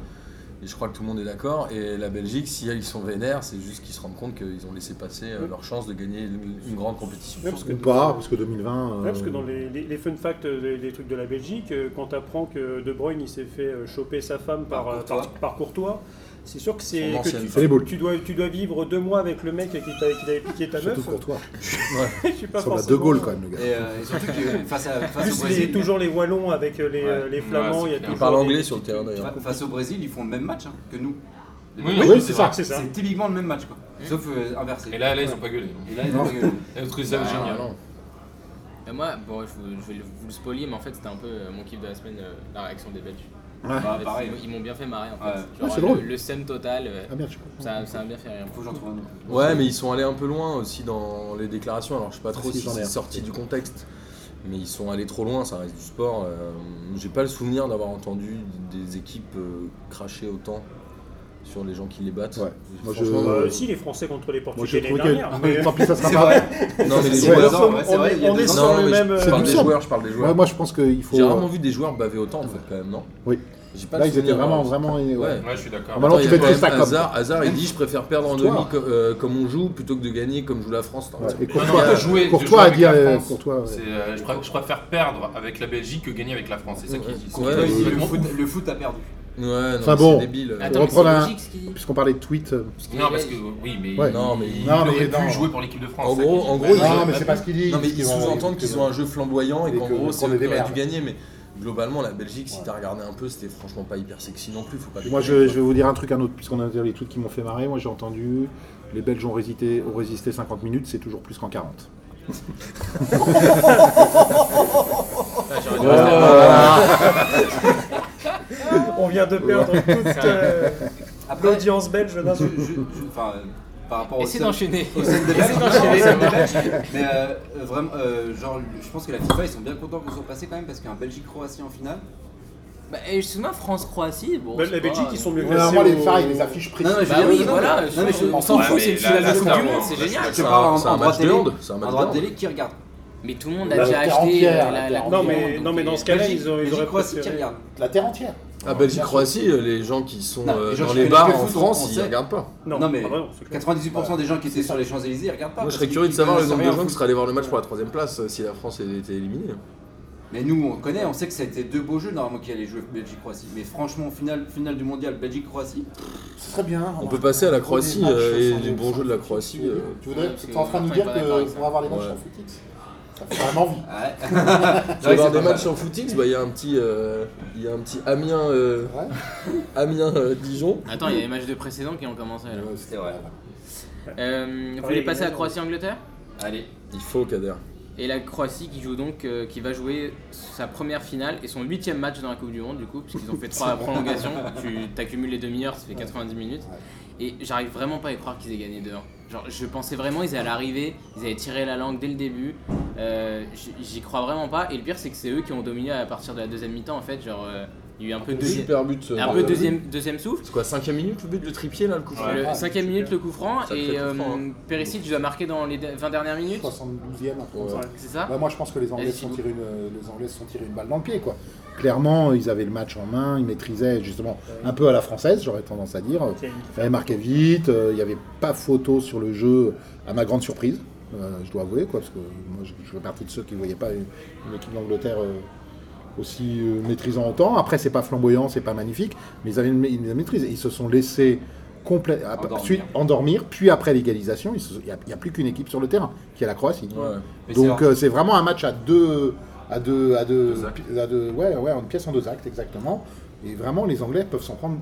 Et je crois que tout le monde est d'accord. Et la Belgique, si ils sont vénères, c'est juste qu'ils se rendent compte qu'ils ont laissé passer euh, leur chance de gagner une, une grande compétition.
Ouais, Mm. parce que-
Ou pas, parce que 2020. euh,
Ouais, parce que dans les, les- les fun facts euh, des, des trucs de la Belgique, euh, quand t'apprends que De Bruyne il s'est fait euh, choper sa femme par,
Par
euh,
Courtois.
par- par Courtois, c'est sûr que c'est
Son
que
ancienne
tu,
femme.
Les boules.
tu dois tu dois vivre deux mois avec le mec qui t'a qui t'a piqué ta meuf.
euh, Surtout pour toi.
Je suis pas
Sur la
forcément-
De Gaulle, quand même, le gars.
Et, euh, et surtout que face, à- face au
Plus
Brésil,
les, toujours les Wallons avec euh, les,
Ouais.
euh, les Flamands.
Ouais,
il y a
c'est clair.
Ils
toujours
parlent
des-
anglais
des
sur le
petits-
terrain d'ailleurs.
fa- face au Brésil, ils font le même match hein, que nous. Les
Oui,
Belges,
oui,
c'est
c'est
ça.
ça.
Ah, C'est ça.
C'est typiquement le même match, quoi. Sauf euh, inversé.
Et là, là, ils ont pas gueulé.
Et là, ils ont rigolé.
Et je trouve ça
Ah,
génial.
non.
Et euh, moi, bon, je, vous- je vais vous le spoiler, mais en fait, c'était un peu euh, mon kiff de la semaine, euh, la réaction des Belges. En
Bah,
fait,
pareil.
ils, ils m'ont bien fait marrer en fait.
Ouais.
Genre,
Ouais, c'est
le-
drôle.
Le, seum total, euh,
Ah merde, je sais pas.
ça, ça m'a bien fait rire.
Faut que j'en trouve un autre.
Ouais, mais ils sont allés un peu loin aussi dans les déclarations. Alors, je sais pas trop
Si,
si
j'en ai
c'est
un.
sorti du contexte, mais ils sont allés trop loin. Ça reste du sport. Euh, J'ai pas le souvenir d'avoir entendu des équipes euh, cracher autant sur les gens qui les battent.
Ouais. Moi, je-
Franchement,
Euh,
euh,
si les Français contre les
Moi,
Portugais
j'ai
l'année
trouvé que. Ah,
dernière. mais-
Tant pis, ça sera
C'est
pas
vrai.
non, mais les
C'est
vrai,
joueurs.
ça,
on
ouais, c'est
on
vrai, il y a
est
deux ans.
sur
Non,
le
mais
même.
je,
euh,
parle
du
des
somme.
joueurs. Je parle des
Ouais,
joueurs.
moi, je pense qu'il faut.
J'ai rarement vu des joueurs baver autant en fait, quand même, non
Oui.
J'ai pas
Là,
le
ils étaient
souvenir,
vraiment,
euh,
vraiment. et- ouais.
Ouais.
Ouais, je suis d'accord.
Ah, bah non,
Attends, il y
tu
a
fais
quand
tout ça
même
comme-
Hazard, Hazard, il dit je préfère perdre en
Histoire.
demi comme, euh, comme on joue plutôt que de gagner comme joue la France. Non,
Ouais,
c'est-
Et
Non, non,
Courtois,
de jouer- de
Courtois
jouer
a
avec
dit.
la
euh,
France.
Courtois, ouais.
C'est, euh, je, préfère, je préfère perdre avec la Belgique que gagner avec la France. C'est ça qu'ils disent.
Ouais,
Ouais,
ouais,
il dit,
ouais.
Euh, le, foot, le foot a perdu.
Ouais, non,
Enfin
mais
bon.
c'est débile. euh.
Attends, mais reprendre
c'est
c'est un-
logique
logique,
ce qu'il
Puisqu'on parlait de tweets. euh,
Non, parce que oui, mais
Ouais.
Non, mais-
il
Non, mais
aurait
non.
pu jouer pour l'équipe de France.
En
ça
gros-
qu'ils
en
disent.
gros, ils
Ouais,
ont-
ouais,
Non, mais c'est pas ce qu'il dit.
Non mais ils euh.
vont-
sous-entendent qu'ils ont un jeu flamboyant et,
Et
qu'en
que-
gros
qu'on
c'est
les
eux qui auraient
démerde.
dû gagner mais globalement la Belgique si
Ouais.
t'as regardé un peu c'était franchement pas hyper sexy non plus faut pas
Moi,
déconner,
je, je
quoi.
vais vous dire un truc, un autre, puisqu'on a les trucs qui m'ont fait marrer. Moi, j'ai entendu les Belges ont résisté, ont résisté 50 minutes, c'est toujours plus qu'en 40.
On vient de perdre toute euh,
Après,
l'audience belge d'un
je-
seul
je- je- enfin, euh, par rapport au
Essayez
seum-
d'enchaîner.
au seum des Belges,
Essayez
non,
d'enchaîner.
au seum des Belges, mais euh, euh, vraiment, euh, genre, je pense que la FIFA, ils sont bien contents qu'on soit passé quand même parce qu'un Belgique-Croatie en finale.
Bah, et justement, France-Croatie, bon.
Bah,
c'est
la
pas-
Belgique, ils sont mieux
Ouais,
classés.
Moi, les
au-
phares, ils les affichent précis.
Non, non,
Bah
je-
oui,
non,
voilà,
non,
je-
mais je-
on s'en
Ouais,
fout,
mais
c'est le
là,
final de la
là,
Coupe du
clairement,
Monde, c'est
là, je
génial.
Je
C'est
parle
un-
en,
c'est un
en droit
match de
télé.
hand, c'est un
en
match de
droit
hand.
télé, qui regarde
Mais tout le monde a
La
déjà
terre
acheté
entière,
euh, la,
la
la
terre
Coupe du
entière.
Non, mais-
Monde,
non, mais
donc,
dans
euh,
ce cas-là, ils auraient- ils
Belgique,
auraient
Croatie, qui
préféré.
regarde.
La terre entière.
Ah, Belgique-Croatie, les gens qui sont
Non,
euh,
les gens
dans
qui
les
connaissent
bars
le
en
foot, on
France, ils
sait.
regardent pas.
Non,
Non, mais
ah, bah non, c'est clair.
98% des gens qui étaient sur les Champs-Élysées, ils regardent pas.
Moi, je
parce
serais
qu'ils-
curieux de savoir le
ils
nombre de
connaissent
gens
rien.
qui seraient allés voir le match pour la troisième place euh, si la France avait été éliminée.
Mais nous, on connaît, on sait que ça a été deux beaux jeux normalement qui allaient jouer Belgique-Croatie. Mais franchement, finale, finale du mondial Belgique-Croatie,
Ce serait bien. hein.
On peut passer à la Croatie
Premier match
euh, et
sans-
les bons
sans-
jeux de la Croatie.
Tu
euh.
voudrais,
Ouais,
t'es en train de nous
parce
dire
que je suis pas d'accord avec
que
ça.
on va avoir des matchs
Ouais.
en footix. Ça fait vraiment envie.
Ouais.
Tu vas voir des matchs en footix, bah, il y a un petit, euh, il y a un petit Amiens, euh,
Ouais.
Amiens euh, Dijon.
Attends, il y a les matchs de précédents qui ont commencé là.
C'est vrai.
Euh, vous voulez
Ouais,
passer à
exactement.
Croatie-Angleterre
Allez,
Il faut Kader.
Et la Croatie qui joue donc, euh, qui va jouer sa première finale et son huitième match dans la Coupe du Monde du coup, puisqu'ils ont fait trois prolongations. Tu t'accumules les demi-heures, ça fait 90 minutes. Et j'arrive vraiment pas à y croire qu'ils aient gagné 2-1. Genre, je pensais vraiment ils allaient arriver, ils avaient tiré la langue dès le début. Euh, j- J'y crois vraiment pas. Et le pire, c'est que c'est eux qui ont dominé à partir de la deuxième mi-temps en fait. Genre, euh, il y a eu un peu, de deuxi-
Super but. euh,
un peu
de-
deuxième, deuxième souffle.
C'est quoi, cinquième minute le but, le tripied là, le coup franc
Le
Ouais,
cinquième
super.
minute, le coup franc,
Ah, Sacré
et
coup
euh,
franc, hein.
Perisic doit marquer dans les de- 20 dernières minutes,
72e, un peu comme ça.
Ouais.
c'est ça
Bah, moi, je pense que les Anglais
Allez,
se sont
Sidou.
tirés
euh,
une, les Anglais se sont tirés une balle dans le pied, quoi.
Clairement, ils avaient le match en main, ils maîtrisaient justement un peu à la française, j'aurais tendance à dire. euh,
Tiens,
Il fallait marquer vite, euh, il n'y avait pas photo sur le jeu, à ma grande surprise, euh, je dois avouer, quoi, parce que moi je, je fais partie de ceux qui ne voyaient pas une, une équipe d'Angleterre euh, aussi euh, maîtrisant autant. Après, c'est pas flamboyant, c'est pas magnifique, mais ils avaient une, ma- une maîtrise. Ils se sont laissés complètement
Endormir.
endormir. endormir, puis après l'égalisation, ils se sont- il n'y a, il y a plus qu'une équipe sur le terrain, qui est la Croatie.
Ouais.
Mais
Donc
c'est
euh, c'est vraiment un match à deux, à deux, à deux,
Deux actes.
à deux- ouais, ouais, une pièce en deux actes exactement. Et vraiment, les Anglais peuvent s'en prendre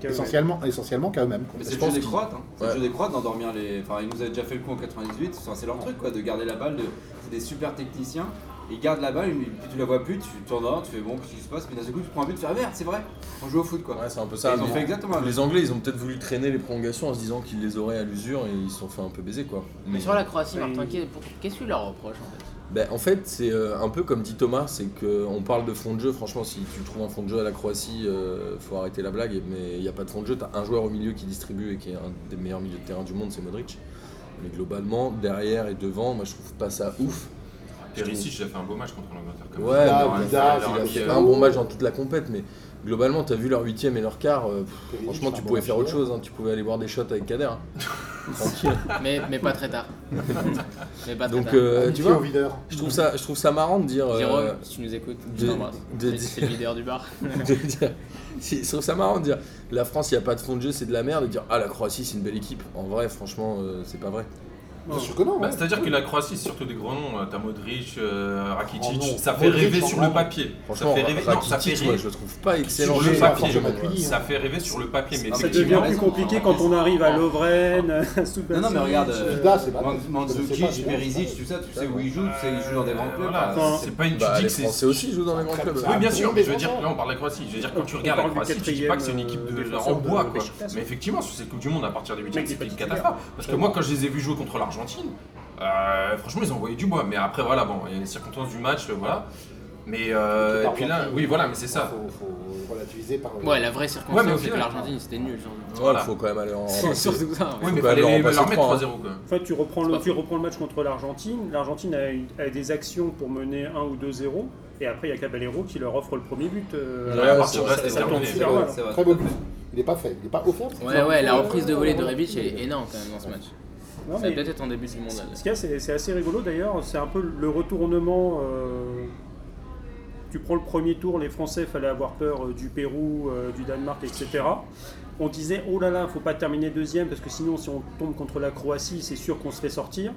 Qu'à eux-mêmes.
essentiellement, essentiellement qu'à eux-mêmes. quoi.
Mais
Je
c'est le
pense
jeu des
qu'il-
Croates, hein. c'est
Ouais.
le jeu des Croates d'endormir les. Enfin, ils nous avaient déjà fait le coup en 98, enfin, c'est leur truc quoi, de garder la balle, de... c'est des super techniciens. Ils gardent la balle, puis tu la vois plus, tu t'endors, tu fais bon, qu'est-ce qui se passe, puis d'un seul coup tu prends un but, tu fais ah merde, c'est vrai, on joue au foot quoi.
Ouais, c'est un peu ça.
ils ont
mais
fait exactement la même
Les Anglais, ils ont peut-être voulu traîner les prolongations en se disant qu'ils les auraient à l'usure et ils se sont fait un peu baiser quoi.
Mais sur la Croatie,
Mais-
Martin, qu'est- pour- qu'est-ce que tu leur reproches en fait
Ben, en fait, c'est euh, un peu comme dit Thomas, c'est qu'on parle de fond de jeu. Franchement, si tu trouves un fond de jeu à la Croatie, euh, faut arrêter la blague. Mais il n'y a pas de fond de jeu. T'as un joueur au milieu qui distribue et qui est un des meilleurs milieux de terrain du monde, c'est Modric. Mais globalement, derrière et devant, moi je trouve pas ça ouf.
Perisic, il a fait un beau match contre l'Angleterre. quand même.
Ouais,
Il a-
mais
il a-
Vida,
il a
il
fait
a-
un hein, bon match dans toute la compète, mais globalement, t'as vu leur huitième et leur quart. euh, pff, franchement,
c'est
tu
un bon
pouvais faire
match.
autre chose. hein. Tu pouvais aller boire des shots avec Kader. hein. Tranquille.
mais, mais pas très tard. mais pas très
Donc,
tard.
euh, tu
Amitié au
vois,
videur.
je trouve ça, je trouve ça marrant de dire. euh,
Jérôme, si tu nous écoutes, je
de-
t'embrasse.
de-
C'est c'est le leader du bar.
de dire- c'est- je trouve ça marrant de dire la France, il n'y a pas de fond de jeu, c'est de la merde. Et de dire ah, la Croatie, c'est une belle équipe. En vrai, franchement, euh, c'est pas vrai.
Bien sûr que non. hein.
Bah,
ouais.
C'est-à-dire que la Croatie, c'est surtout des grands noms. là. T'as Modric, euh,
Grand
Rakitic,
nom.
ça fait
Modric,
rêver
en
sur
grand
le papier.
Franchement,
ça fait rêver. non, ça fait
Rakitic, moi,
rêver
je le trouve pas excellent.
sur le
J'ai la
papier.
force de Matuidi,
Ça fait rêver sur le papier, mais
Ça
Ça
effectivement,
devient
raison,
plus
hein.
compliqué quand on arrive à Lovren, à Subasic.
Non, non, mais regarde, euh,
Vida, Bah, c'est pas-
Man-
c'est pas- c'est
Mandzukic,
pas-
Perisic, tout ça, tu sais où ils jouent, tu sais ils jouent dans des grands clubs.
Voilà,
enfin,
c'est pas une. Tu
Bah,
dis
les
que c'est
Français aussi jouent dans les grands
Très
clubs.
bien.
Oui, bien sûr, mais je veux
Des
dire,
grands
là on parle de la Croatie. Je veux dire, quand tu
On
regardes la
parle du
Croatie, tu dis pas que c'est une équipe de
quatrième, euh,
en bois,
défenseur
quoi.
de la
Mais effectivement, sur cette Coupe du Monde, à partir des
Mec,
8
il est
c'était
pas
une
titulaire.
catastrophe. Parce que moi, quand je les ai vus jouer contre l'Argentine, euh, franchement, ils ont envoyé du bois. Mais après, voilà, bon, il y a les circonstances du match, euh, voilà. Mais euh, et puis là, oui, voilà, mais c'est ça.
Faut, faut relativiser par.
Ouais, la vraie circonstance,
Ouais, mais au
c'est que
final-
l'Argentine c'était nul. surtout.
Voilà, faut quand même aller en.
C'est surtout ça. ouais.
Oui, mais
Bah,
fallait
alors,
les-
on passe
leur
au
mettre
trois, hein.
3-0, quoi.
En fait, tu reprends,
C'est
le,
pas
tu reprends le match contre l'Argentine. L'Argentine a, une- a des actions pour mener 1 ou 2-0. Et après, il y a Caballero qui leur offre le premier but. euh,
Ouais,
À
à la-
partir de là,
ça-
c'était
ça tombe
terminé.
super mal. hein.
c'est vrai,
Très
tout
beau
à fait.
but. Il n'est pas fait, il n'est pas offert. c'est
Ouais,
ça
ouais, la reprise de volée de Rebic elle est énorme quand même dans ce match.
Non,
Ça va
mais
peut-être être en début du mondial.
Ce qu'il y a, c'est c'est assez rigolo d'ailleurs. C'est un peu le retournement. euh, tu prends le premier tour, les Français fallait avoir peur euh, du Pérou, euh, du Danemark, etc. On disait oh là là, faut pas terminer deuxième parce que sinon si on tombe contre la Croatie, c'est sûr qu'on se fait sortir.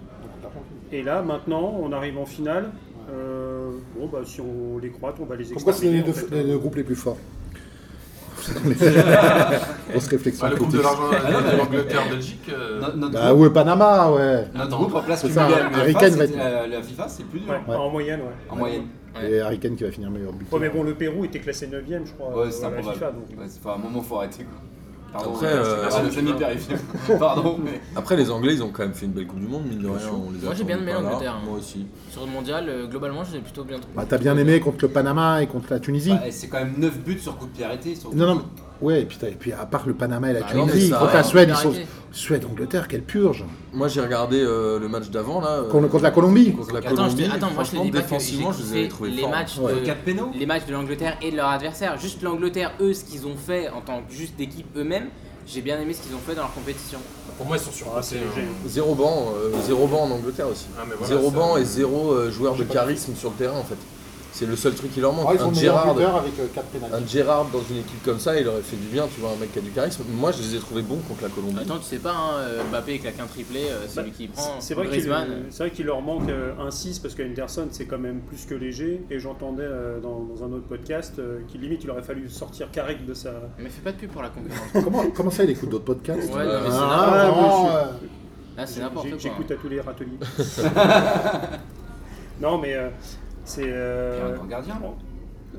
Et là, maintenant, on arrive en finale. Euh, bon bah si on les croate, on va les
Pourquoi c'est les,
exterminer.
deux-
en fait.
les deux groupes les plus forts
Grosse réflexion.
Bah, le groupe de
critique.
l'argent de l'Angleterre, Belgique. euh,
No- Notre
Bah
groupe-
ouais, Panama, ouais.
notre groupe remplace
C'est ça,
cumulé à
Harry
l'UEFA,
Kane va
c'était
être-
la la FIFA, c'est le plus dur
Ouais, En moyenne, ouais.
en moyenne.
Ouais.
Et Harry Kane qui va finir meilleur buteur.
Ouais, mais bon, le Pérou était classé 9ème, je crois.
Ouais, c'est
à la
improbable.
FIFA, donc.
Ouais, c'est pas un moment, faut arrêter. quoi. Pardon,
Après,
euh,
euh,
c'est pas notre ami Périph. Pardon, mais.
Après, les Anglais, ils ont quand même fait une belle Coupe du Monde, mine de
Bien
rien.
sûr.
on les
Moi, j'ai bien
attendait
aimé
pas là.
l'Angleterre, hein.
Moi aussi.
Sur le mondial, euh, globalement, je l'ai plutôt bien trouvé.
Bah, t'as bien aimé contre le Panama et contre la Tunisie.
Bah, c'est quand même 9 buts sur coup de pied arrêté. Sur
non, non. Ouais, et puis, t'as- et puis à part le Panama et la
Bah,
non, mais
Tunisie,
ça-
contre la
ça-
Suède, ils sont, Suède-Angleterre, quelle purge
Moi j'ai regardé euh, le match d'avant là. euh,
Contre- contre la Colombie.
Contre la
Attends, je
Colombie.
te- attends, moi je te
Franchement,
dis pas que
défensivement,
j'ai
je les avais
kiffé
trouvés
les
forts.
matchs,
Ouais.
de,
4 pénaux
les matchs de l'Angleterre et de leur adversaire. Juste l'Angleterre, eux, ce qu'ils ont fait en tant que juste d'équipe eux-mêmes, j'ai bien aimé ce qu'ils ont fait dans leur compétition.
Pour moi, ils sont surpassés.
Ah, c'est
hein.
léger.
Zéro banc, euh, zéro banc en Angleterre aussi.
Ah, mais voilà,
zéro
ça-
banc et zéro euh, joueur de charisme sur le terrain en fait. C'est le seul truc qui leur manque.
Ah, ils sont
un
meilleurs
Gérard,
buteurs avec 4 pénalités.
un Gérard dans une équipe comme ça, il aurait fait du bien, tu vois, un mec qui a du charisme. Moi je les ai trouvés bons contre la Colombie.
Attends, tu sais pas, hein, euh, Mbappé claque un triplé, euh, c'est
Bah,
lui qui prend.
c'est- C'est vrai qu'il
Griezmann.
c'est vrai qu'il leur manque euh, un 6 parce qu'Henderson c'est quand même plus que léger et j'entendais euh, dans, dans un autre podcast euh, qu'il limite il aurait fallu sortir Carrick de sa
Mais fais pas de pub pour la concurrence.
Comment, comment ça, il écoute d'autres podcasts
Ouais, non, mais c'est
Ah,
n'importe-
vraiment,
monsieur.
euh,
là, Ah, c'est
J'ai-
n'importe
j'ai-
quoi.
J'écoute à tous les râteliers. non mais euh, c'est
Il y a un
euh,
grand gardien.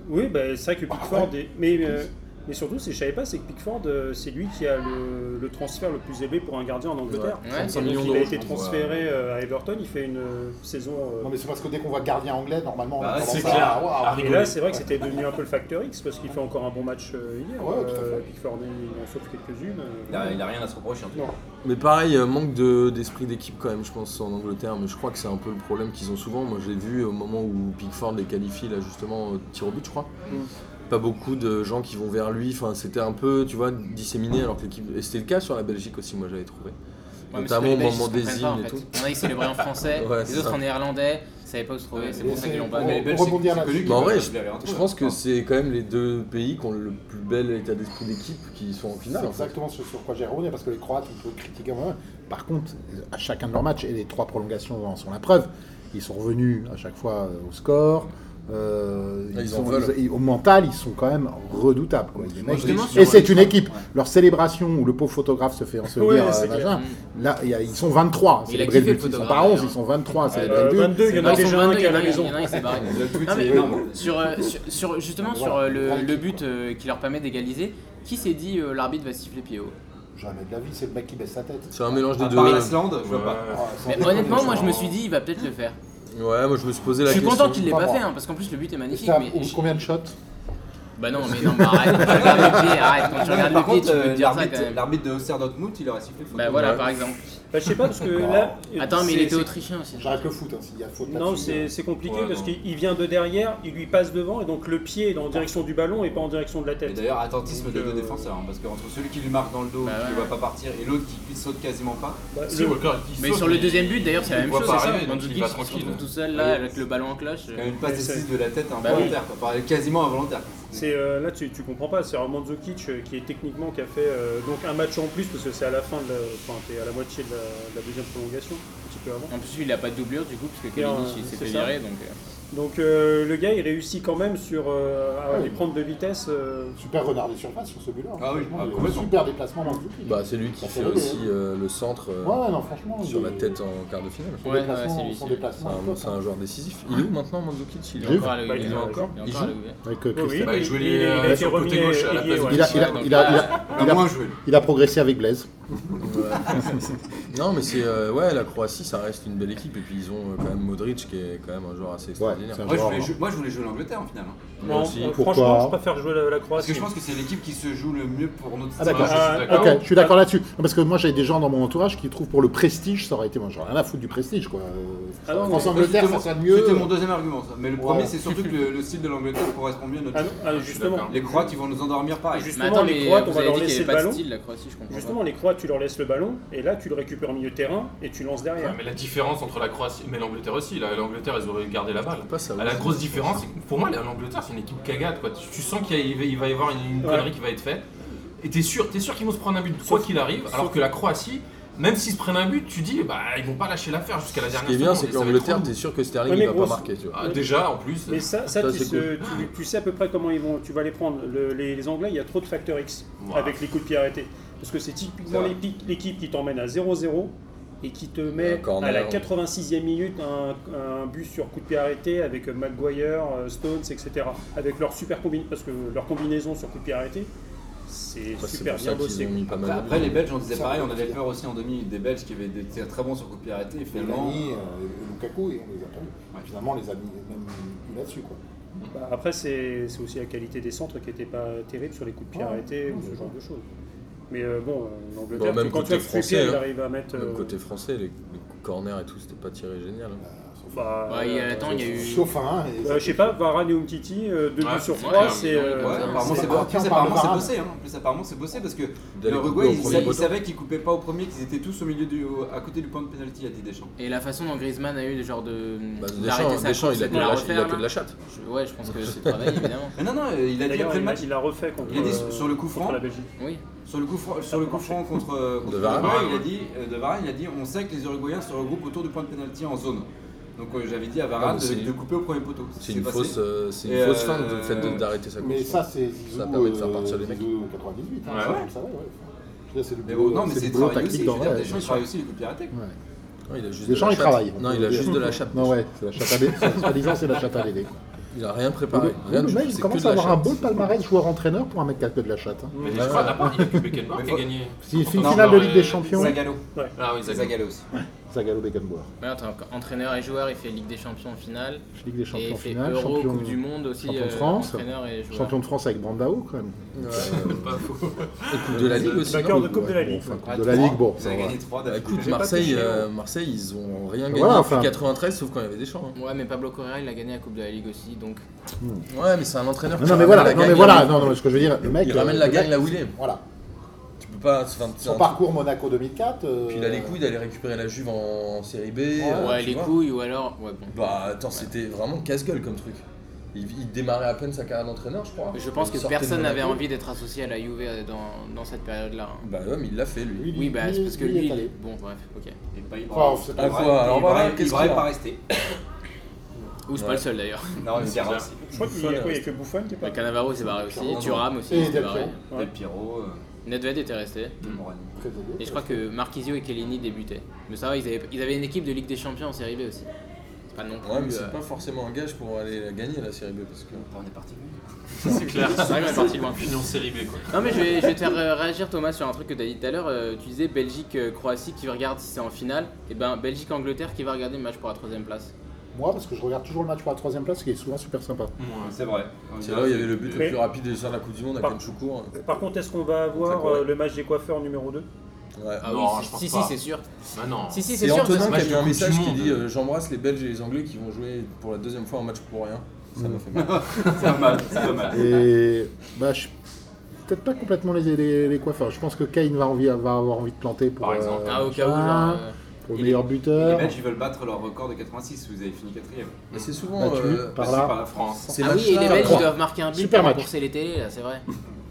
Oui, bah, c'est vrai que Pickford. est- mais, euh, mais surtout, c'est- je savais pas, c'est que Pickford, euh, c'est lui qui a le, le transfert le plus élevé pour un gardien en Angleterre.
Ouais,
Et
35
donc,
millions
il
d'euros,
a
je
été
pense,
transféré euh, à Everton, il fait une euh, saison. euh,
Non, mais c'est parce que dès qu'on voit gardien anglais, normalement, on
Bah,
Ah,
a tendance
C'est
à-
clair.
Waouh.
À
et
rigoler.
là, c'est vrai que c'était devenu un peu le facteur X parce qu'il fait encore un bon match euh, hier.
Ouais, tout à
euh,
fait.
Pickford, il en sauve quelques-unes. euh,
Il a, il a rien à se reprocher en tout cas.
Mais pareil, euh, manque de- d'esprit d'équipe quand même, je pense, en Angleterre. Mais je crois que c'est un peu le problème qu'ils ont souvent. Moi, j'ai vu au moment où Pickford les qualifie, là, justement, euh, tir au but, je crois. Pas beaucoup de gens qui vont vers lui. Enfin, c'était un peu, tu vois, disséminé. Alors que l'équipe. Et c'était le cas sur la Belgique aussi, moi, j'avais trouvé.
Ouais, mais c'est
Notamment
que
au
les Belges,
moment
ils se
des
comprennent
hymnes
pas,
et
en fait.
tout.
Il y en a, ils célébraient en français,
Ouais,
les
c'est
autres
ça.
en néerlandais, ils savaient pas où se trouver. C'est pour ça qu'ils l'ont pas
Ouais,
Mais
vu.
les Belges,
Pour
c'est-
rebondir
c'est connu
là-dessus.
Mais
qu'ils
Bah, en
peuvent
vrai,
se lever en
Je
trouve.
pense que
Enfin,
c'est quand même les deux pays qui ont le plus bel état d'esprit d'équipe qui sont en finale.
C'est
en fait.
exactement ce sur quoi j'ai revenu, parce que les Croates, on peut critiquer. ouais.
Par contre, à chacun de leurs matchs, et les trois prolongations en sont la preuve, ils sont revenus à chaque fois euh, au score. euh,
Ah, ils en
sont-
veulent.
ils- au mental, ils sont quand même redoutables. quoi. Les mecs,
justement,
et
sur-
c'est une équipe.
Ouais.
Leur célébration où le pauvre photographe se fait
Ouais,
ensevelir, euh,
c'est clair.
machin,
Mm.
là, il y a- ils sont 23. à
Il a
célébrer
kiffé
le but.
le
Ils sont
photographe,
pas 11, ils
d'ailleurs.
sont 23. à célébrer
euh,
le but.
22, il y en a
Ils sont
déjà un
22,
qui est à la
il y en a-
maison.
Il y en a, il s'est barré.
Le tweet,
Non, mais
c'est-
non, sur, euh, sur, sur- justement
Voilà,
sur euh, le,
grande
le
équipe,
but
quoi.
euh, qui leur permet d'égaliser, qui s'est dit euh, l'arbitre va siffler pied haut
Jamais de la vie, c'est le mec qui baisse sa tête.
C'est un mélange des
À
deux.
part l'Islande, je
Ouais.
vois pas.
Ah, sans
Mais
déconner,
honnêtement, moi
ça.
je me suis dit il va peut-être le faire.
Ouais, moi je me suis posé la
Je suis
question.
content qu'il l'ait
pas
pas
moi.
fait hein, parce qu'en plus le but est
Et
magnifique.
c'était à-
mais-
au bout de combien de shots
Bah non, mais non, bah arrête, quand tu regardes le pied, arrête, quand tu
Non, mais
regardes
Par
le pied,
contre,
tu peux
euh,
te dire ça quand
l'arbitre
même.
l'arbitre de Auxerre Dortmund, il aurait sifflé faute.
Bah voilà, par exemple.
Bah, je sais pas parce que là.
Attends, mais il
c'est-
était autrichien aussi.
J'arrête le foot, hein, s'il y a faute
Non,
là-dessus.
c'est c'est compliqué
Ouais,
parce
non.
qu'il il vient de derrière, il lui passe devant et donc le pied est en direction du ballon et pas en direction de la
Et
tête.
d'ailleurs, attentisme des
Donc,
deux
euh,
défenseurs, hein, parce que entre celui qui lui marque dans le dos,
Bah
qui ne
ouais.
voit pas partir, et l'autre qui lui saute quasiment pas,
Bah,
Si
le-
Walker, il
Mais
saute,
sur le
il-
deuxième but, d'ailleurs, c'est la
il
même
voit
chose, c'est
pas
ça.
arriver, donc il
Mandzukic
va
se
tranquille.
retrouve tout seul là avec le ballon en cloche.
quand même pas
Ouais, c'est-
décisive de la tête
Bah oui.
involontaire, quoi. Enfin, quasiment involontaire.
C'est euh, là tu, tu comprends pas, c'est Mandzukic euh, qui est techniquement qui a fait euh, donc un match en plus parce que c'est à la fin de la, enfin t'es à la moitié de la, de la deuxième prolongation, un petit peu avant.
En plus, lui, il a pas de doublure du coup, parce que
Et, euh,
Kalinic il s'est
c'est
fait
ça.
virer donc. euh,
Donc euh, le gars il réussit quand même sur euh, à
Ouais.
les prendre de vitesse. euh,
Super renard des surfaces sur ce but-là.
Ah oui,
franchement,
ah,
il y a eu
complètement.
super déplacement dans le but.
Bah, c'est lui qui
Ça
fait
fait rêver,
aussi euh, le centre euh,
Ouais, non, franchement.
sur
il-
la tête en quart de finale.
Son
Ouais, ouais, c'est
déplacement,
lui,
son
c'est lui.
C'est
déplacement.
un, c'est un joueur décisif. Il est où maintenant, Mandzukic
Il
Il est
est
Juve
encore à la-
Bah, il
il est
joue
encore il est
Il
encore à la
joue
UV.
Avec, euh,
oui,
Christian.
Bah, il jouait les-
a
euh,
été
sur le côté
remis
gauche à la
ailier,
place de
ouais.
Il a, il a- il a- il a-
Ah.
Il
il a-
moins joué.
il a progressé avec Blaise.
Non, mais c'est euh, ouais, la Croatie, ça reste une belle équipe. Et puis ils ont euh, quand même Modric qui est quand même un joueur assez extraordinaire.
c'est un
Moi je, voulais
Genre,
jouer, moi, je voulais jouer l'Angleterre en finale. hein.
Moi
Non,
aussi.
euh,
Pourquoi
franchement je préfère jouer la, la
Parce que
Croatie.
je pense que c'est l'équipe qui se joue le mieux pour notre
Ah, d'accord.
Ouais, je suis
Ok,
d'accord.
je suis d'accord là-dessus. Non, Parce que moi, j'ai des gens dans mon entourage qui trouvent pour le prestige, ça aurait été. Moi, j'aurais rien à foutre du prestige, quoi. Euh,
Ah non,
France
mais-
Angleterre,
C'était
ça
mon-
serait
C'était
mieux.
mon deuxième argument, ça. Mais le
Voilà.
premier, c'est surtout que le, le style de l'Angleterre correspond mieux à notre.
Ah non, ah, justement,
d'accord.
Les Croates, ils vont nous endormir pareil.
Mais
justement
attends,
les
mais
Croates on
vous
va
avez
leur
dit qu'il y
laisser
avait
le
pas de
ballon.
style, la Croatie, je comprends
Justement les Croates tu leur laisses le ballon et là tu le récupères au milieu de terrain et tu lances
Ouais,
derrière.
mais la différence entre la Croatie mais l'Angleterre aussi, là, l'Angleterre ils auraient gardé la balle.
Pas ça,
Ah, La
ouais.
grosse différence, c'est que pour moi, l'Angleterre, c'est une équipe cagade. Quoi. Tu, tu sens qu'il y a- il va- il va y avoir une, une
Ouais.
connerie qui va être faite. Et t'es sûr, t'es sûr qu'ils vont se prendre un but, quoi qu'il arrive. Alors que la Croatie, même s'ils se prennent un but, tu dis, bah, ils vont pas lâcher l'affaire jusqu'à la
Ce
dernière
qui est bien,
seconde,
c'est que
et ça va être
l'Angleterre,
trop
t'es
doux.
sûr que Sterling
Ouais,
il
mais
va pas
grosse-
marquer. Tu vois.
Ah, déjà, en plus.
Mais ça, ça,
Ça,
tu,
c'est
se- tu- tu sais à peu près comment ils vont, tu vas les prendre. Le- les, les Anglais, il y a trop de facteurs X
Voilà.
avec les coups de pied arrêtés. Parce que c'est typiquement
C'est vrai.
l'épi- l'équipe qui t'emmène à 0-0 et qui te met
Un corner.
à la 86e minute un, un but sur coup de pied arrêté avec Maguire, euh, Stones, etc. Avec leur super combinaison, parce que leur combinaison sur coup de pied arrêté, c'est
Bah, C'est
super
pour
bien
ça qu'ils
bossé.
ont mis pas mal.
Après,
de
Bah, après,
buts.
les Belges, on disait
Ça,
pareil,
on
on avait
dit.
peur aussi en demi des Belges qui avaient des très bons sur coup de pied arrêté, et finalement.
Mélanie, euh, Lukaku, et on les a pas eu.
Ouais.
Finalement, on les a mis même eu là-dessus, quoi.
Bah, après, c'est c'est aussi la qualité des centres qui n'était pas terrible sur les coups de pied
Ouais.
arrêtés
Ouais,
ou
c'est
ce genre
ça.
de choses. Mais euh, bon, euh, l'Angleterre,
Bon, même
quand
côté
tu as Fulker,
français,
il
hein.
arrive à mettre.
Même
euh,
côté français, les, les corners et tout, c'était pas tiré génial. hein.
bah,
Ouais, il y a-
euh,
attends, il y a eu.
Sauf un. et-
Bah,
euh, je sais pas, Varane et Umtiti, euh, deux
Ouais,
buts sur
ouais,
trois,
ouais,
c'est.
ouais,
euh,
Ouais,
c'est-
apparemment
c'est
c'est
pas-
bossé. En plus,
on parle
apparemment
pas
c'est
arabe.
bossé. Hein. En plus, apparemment c'est bossé parce que
D'aller couper
l'Uruguay,
au
ils,
premier
sa- ils
poteau.
savaient qu'ils coupaient pas au premier, qu'ils étaient tous au milieu du, au- à côté du point de pénalty, a dit Deschamps.
Et la façon dont Griezmann a eu le genre de.
Bah,
d'arrêter
Deschamps,
sa
Deschamps,
course
il a
et
que
de la
de la- il a
refaire,
que de
là.
la chatte.
Je- Ouais, je pense que c'est travaillé évidemment.
Mais non, non, euh, il a dit
D'ailleurs,
après le
il, a-
match.
il a refait contre,
Il a dit sur-
euh,
sur le coup
contre
franc.
la Belgique.
Oui.
Sur le coup, fran- sur le coup franc contre, euh, contre
Ah, De
l'Uruguay,
Varane.
il a dit euh, de Varane, il a dit on sait que les Uruguayens se regroupent autour du point de pénalty en zone. Donc euh, j'avais dit à
Ah,
Varane
mais
de,
c'est-
de couper au premier poteau.
C'est
s'est
une
passé.
fausse, euh, c'est
Et,
une fausse fin de
euh,
fait de- d'arrêter sa course.
Mais ça, c'est Zizou,
Ça permet de faire
euh,
partir les mecs.
Zizou 98. hein,
Ouais,
ça,
ouais.
comme ça, ouais, ouais. Je veux dire, c'est le
Mais
boulot-
bon, non, mais
le
c'est
boulot
travaillé aussi. Je
dans
veux dire,
ouais,
Deschamps, il travaille aussi les coups piratés.
ouais.
Non, il a juste de
Deschamps,
la
il
chatte.
travaille. on
Non,
peut
il a
le
juste
dire.
de la chatte.
Non, ouais, c'est la chatte à bébé. Soi-disant, c'est la chatte à bébé.
Il a rien
Le,
préparé.
le
Rien du tout,
mec,
c'est
il
que
commence
de
à
la
avoir un
chatte.
beau palmarès joueur-entraîneur pour un mec qui a que de la chatte. hein.
Mais je crois d'abord, il a plus Beckenbauer qui a gagné.
Si il fait une
Non,
finale
non,
de Ligue
mais-
des Champions,
Zagallo.
Ah oui, Zagallo.
Zagallo aussi.
Zagallo Beckenbauer.
Mais attends, entraîneur et joueur, il fait Ligue des Champions en finale.
Ligue des
et
Champions
il fait
finale,
Euro,
champion,
Coupe du Monde aussi.
champion de
euh,
France.
entraîneur et joueur.
champion de France avec Brandao quand même.
Pas faux.
Et Coupe de la Ligue aussi.
Vainqueur
non
de Coupe de la Ligue.
Enfin,
Ah,
de la
Trois.
Ligue, bon.
Vous avez gagné 3
Bah,
d'affilée.
écoute,
J'ai pas hein.
Marseille,
touché,
euh, Marseille, ils ont rien gagné
Voilà,
depuis
enfin.
93, sauf quand il y avait des champs. hein.
Ouais, mais Pablo Correa, il a gagné la Coupe de la Ligue aussi, donc.
Ouais, mais c'est un entraîneur.
Non,
qui
non, mais
ramène
voilà,
la
non,
gagne
mais
là
voilà,
où-
non, non, mais ce que je veux dire, le mec.
Il ramène
euh,
la
le
gagne
mec,
là où il est.
Voilà.
Tu peux pas. enfin, c'est
Son
un-
parcours Monaco 2004. euh,
Puis il a les couilles d'aller récupérer la Juve en, en série B. euh,
ouais,
tu
les
vois.
couilles ou alors. Ouais, bon.
Bah attends, c'était vraiment casse-gueule comme truc. Il, il démarrait à peine sa carrière d'entraîneur, je crois.
Je pense
Il
que
sortait de
personne n'avait
Monaco.
envie d'être associé à la Juve euh, dans, dans cette période-là. hein.
Bah ouais, mais il l'a fait lui.
Oui, bah c'est parce que
il est
lui, il
allé.
est- bon, bref, ok.
Et bah, il-
Enfin, c'est pas
Ah,
Ibrahim-
quoi, alors voilà,
Ibrahim-
qu'est-ce
Ibrahim
qu'il y a
pas resté.
Ou c'est pas
Ouais.
le seul d'ailleurs.
Non, mais c'est
bizarre.
Ramsey.
Je crois qu'il y a, quoi, il y a que Buffon qui est pas.
Bah, Cannavaro s'est barré aussi,
Pirlo.
Thuram aussi
Et
s'est
Del
barré.
Piero.
Ouais.
Del Piero, euh,
Nedved était resté.
Morani.
très élevé.
Et je crois que Marquisio et Kellini débutaient. Mais ça va, ils avaient, ils avaient une équipe de Ligue des Champions en série B aussi. C'est pas non plus.
Ouais, mais
euh,
c'est pas forcément un gage pour aller la gagner la série B parce que.
On est parti.
C'est clair.
C'est vrai qu'on est parti loin.
Fini en série B, quoi.
Non mais je vais, je vais te faire euh, réagir Thomas sur un truc que t'as dit tout à l'heure. Euh, tu disais Belgique-Croatie qui regarde si c'est en finale. Et ben Belgique-Angleterre qui va regarder le match pour la troisième place.
Moi, parce que je regarde toujours le match pour la troisième place, qui est souvent super sympa.
C'est vrai.
C'est là où il y avait le but le
Mais-
plus rapide de l'histoire de la Coupe du Monde à
Par-
Kanchoukour.
Par contre, est-ce qu'on va avoir euh, le match des coiffeurs numéro 2
Ouais.
Ah
Non,
oui,
je pense
si, si,
pas.
c'est sûr.
Bah non.
Si, si, c'est
C'est
sûr.
Antonin
parce
qui
que-
a mis un
Coupe du
message qui
Monde.
dit euh, J'embrasse les Belges et les Anglais qui vont jouer pour la deuxième fois un match pour rien. Ça m'a fait mal.
C'est pas mal. C'est pas mal.
Et bah, je suis peut-être pas complètement les, les, les coiffeurs. Je pense que Kane va, envie, va avoir envie de planter pour,
Par exemple.
Ah, au cas où,
machin,
genre, euh,
pour le
il est-
meilleur
Les
buteur.
Belges, ils veulent battre leur record de 86. Vous avez fini quatrième.
Mais c'est souvent.
battu
euh,
par
Passé
là.
par la France.
ces
Ah oui, et
matchs-là- euh,
les Belges ils
Trois.
doivent marquer un but
Super
pour
match. Bah,
rembourser les télés, là, c'est vrai.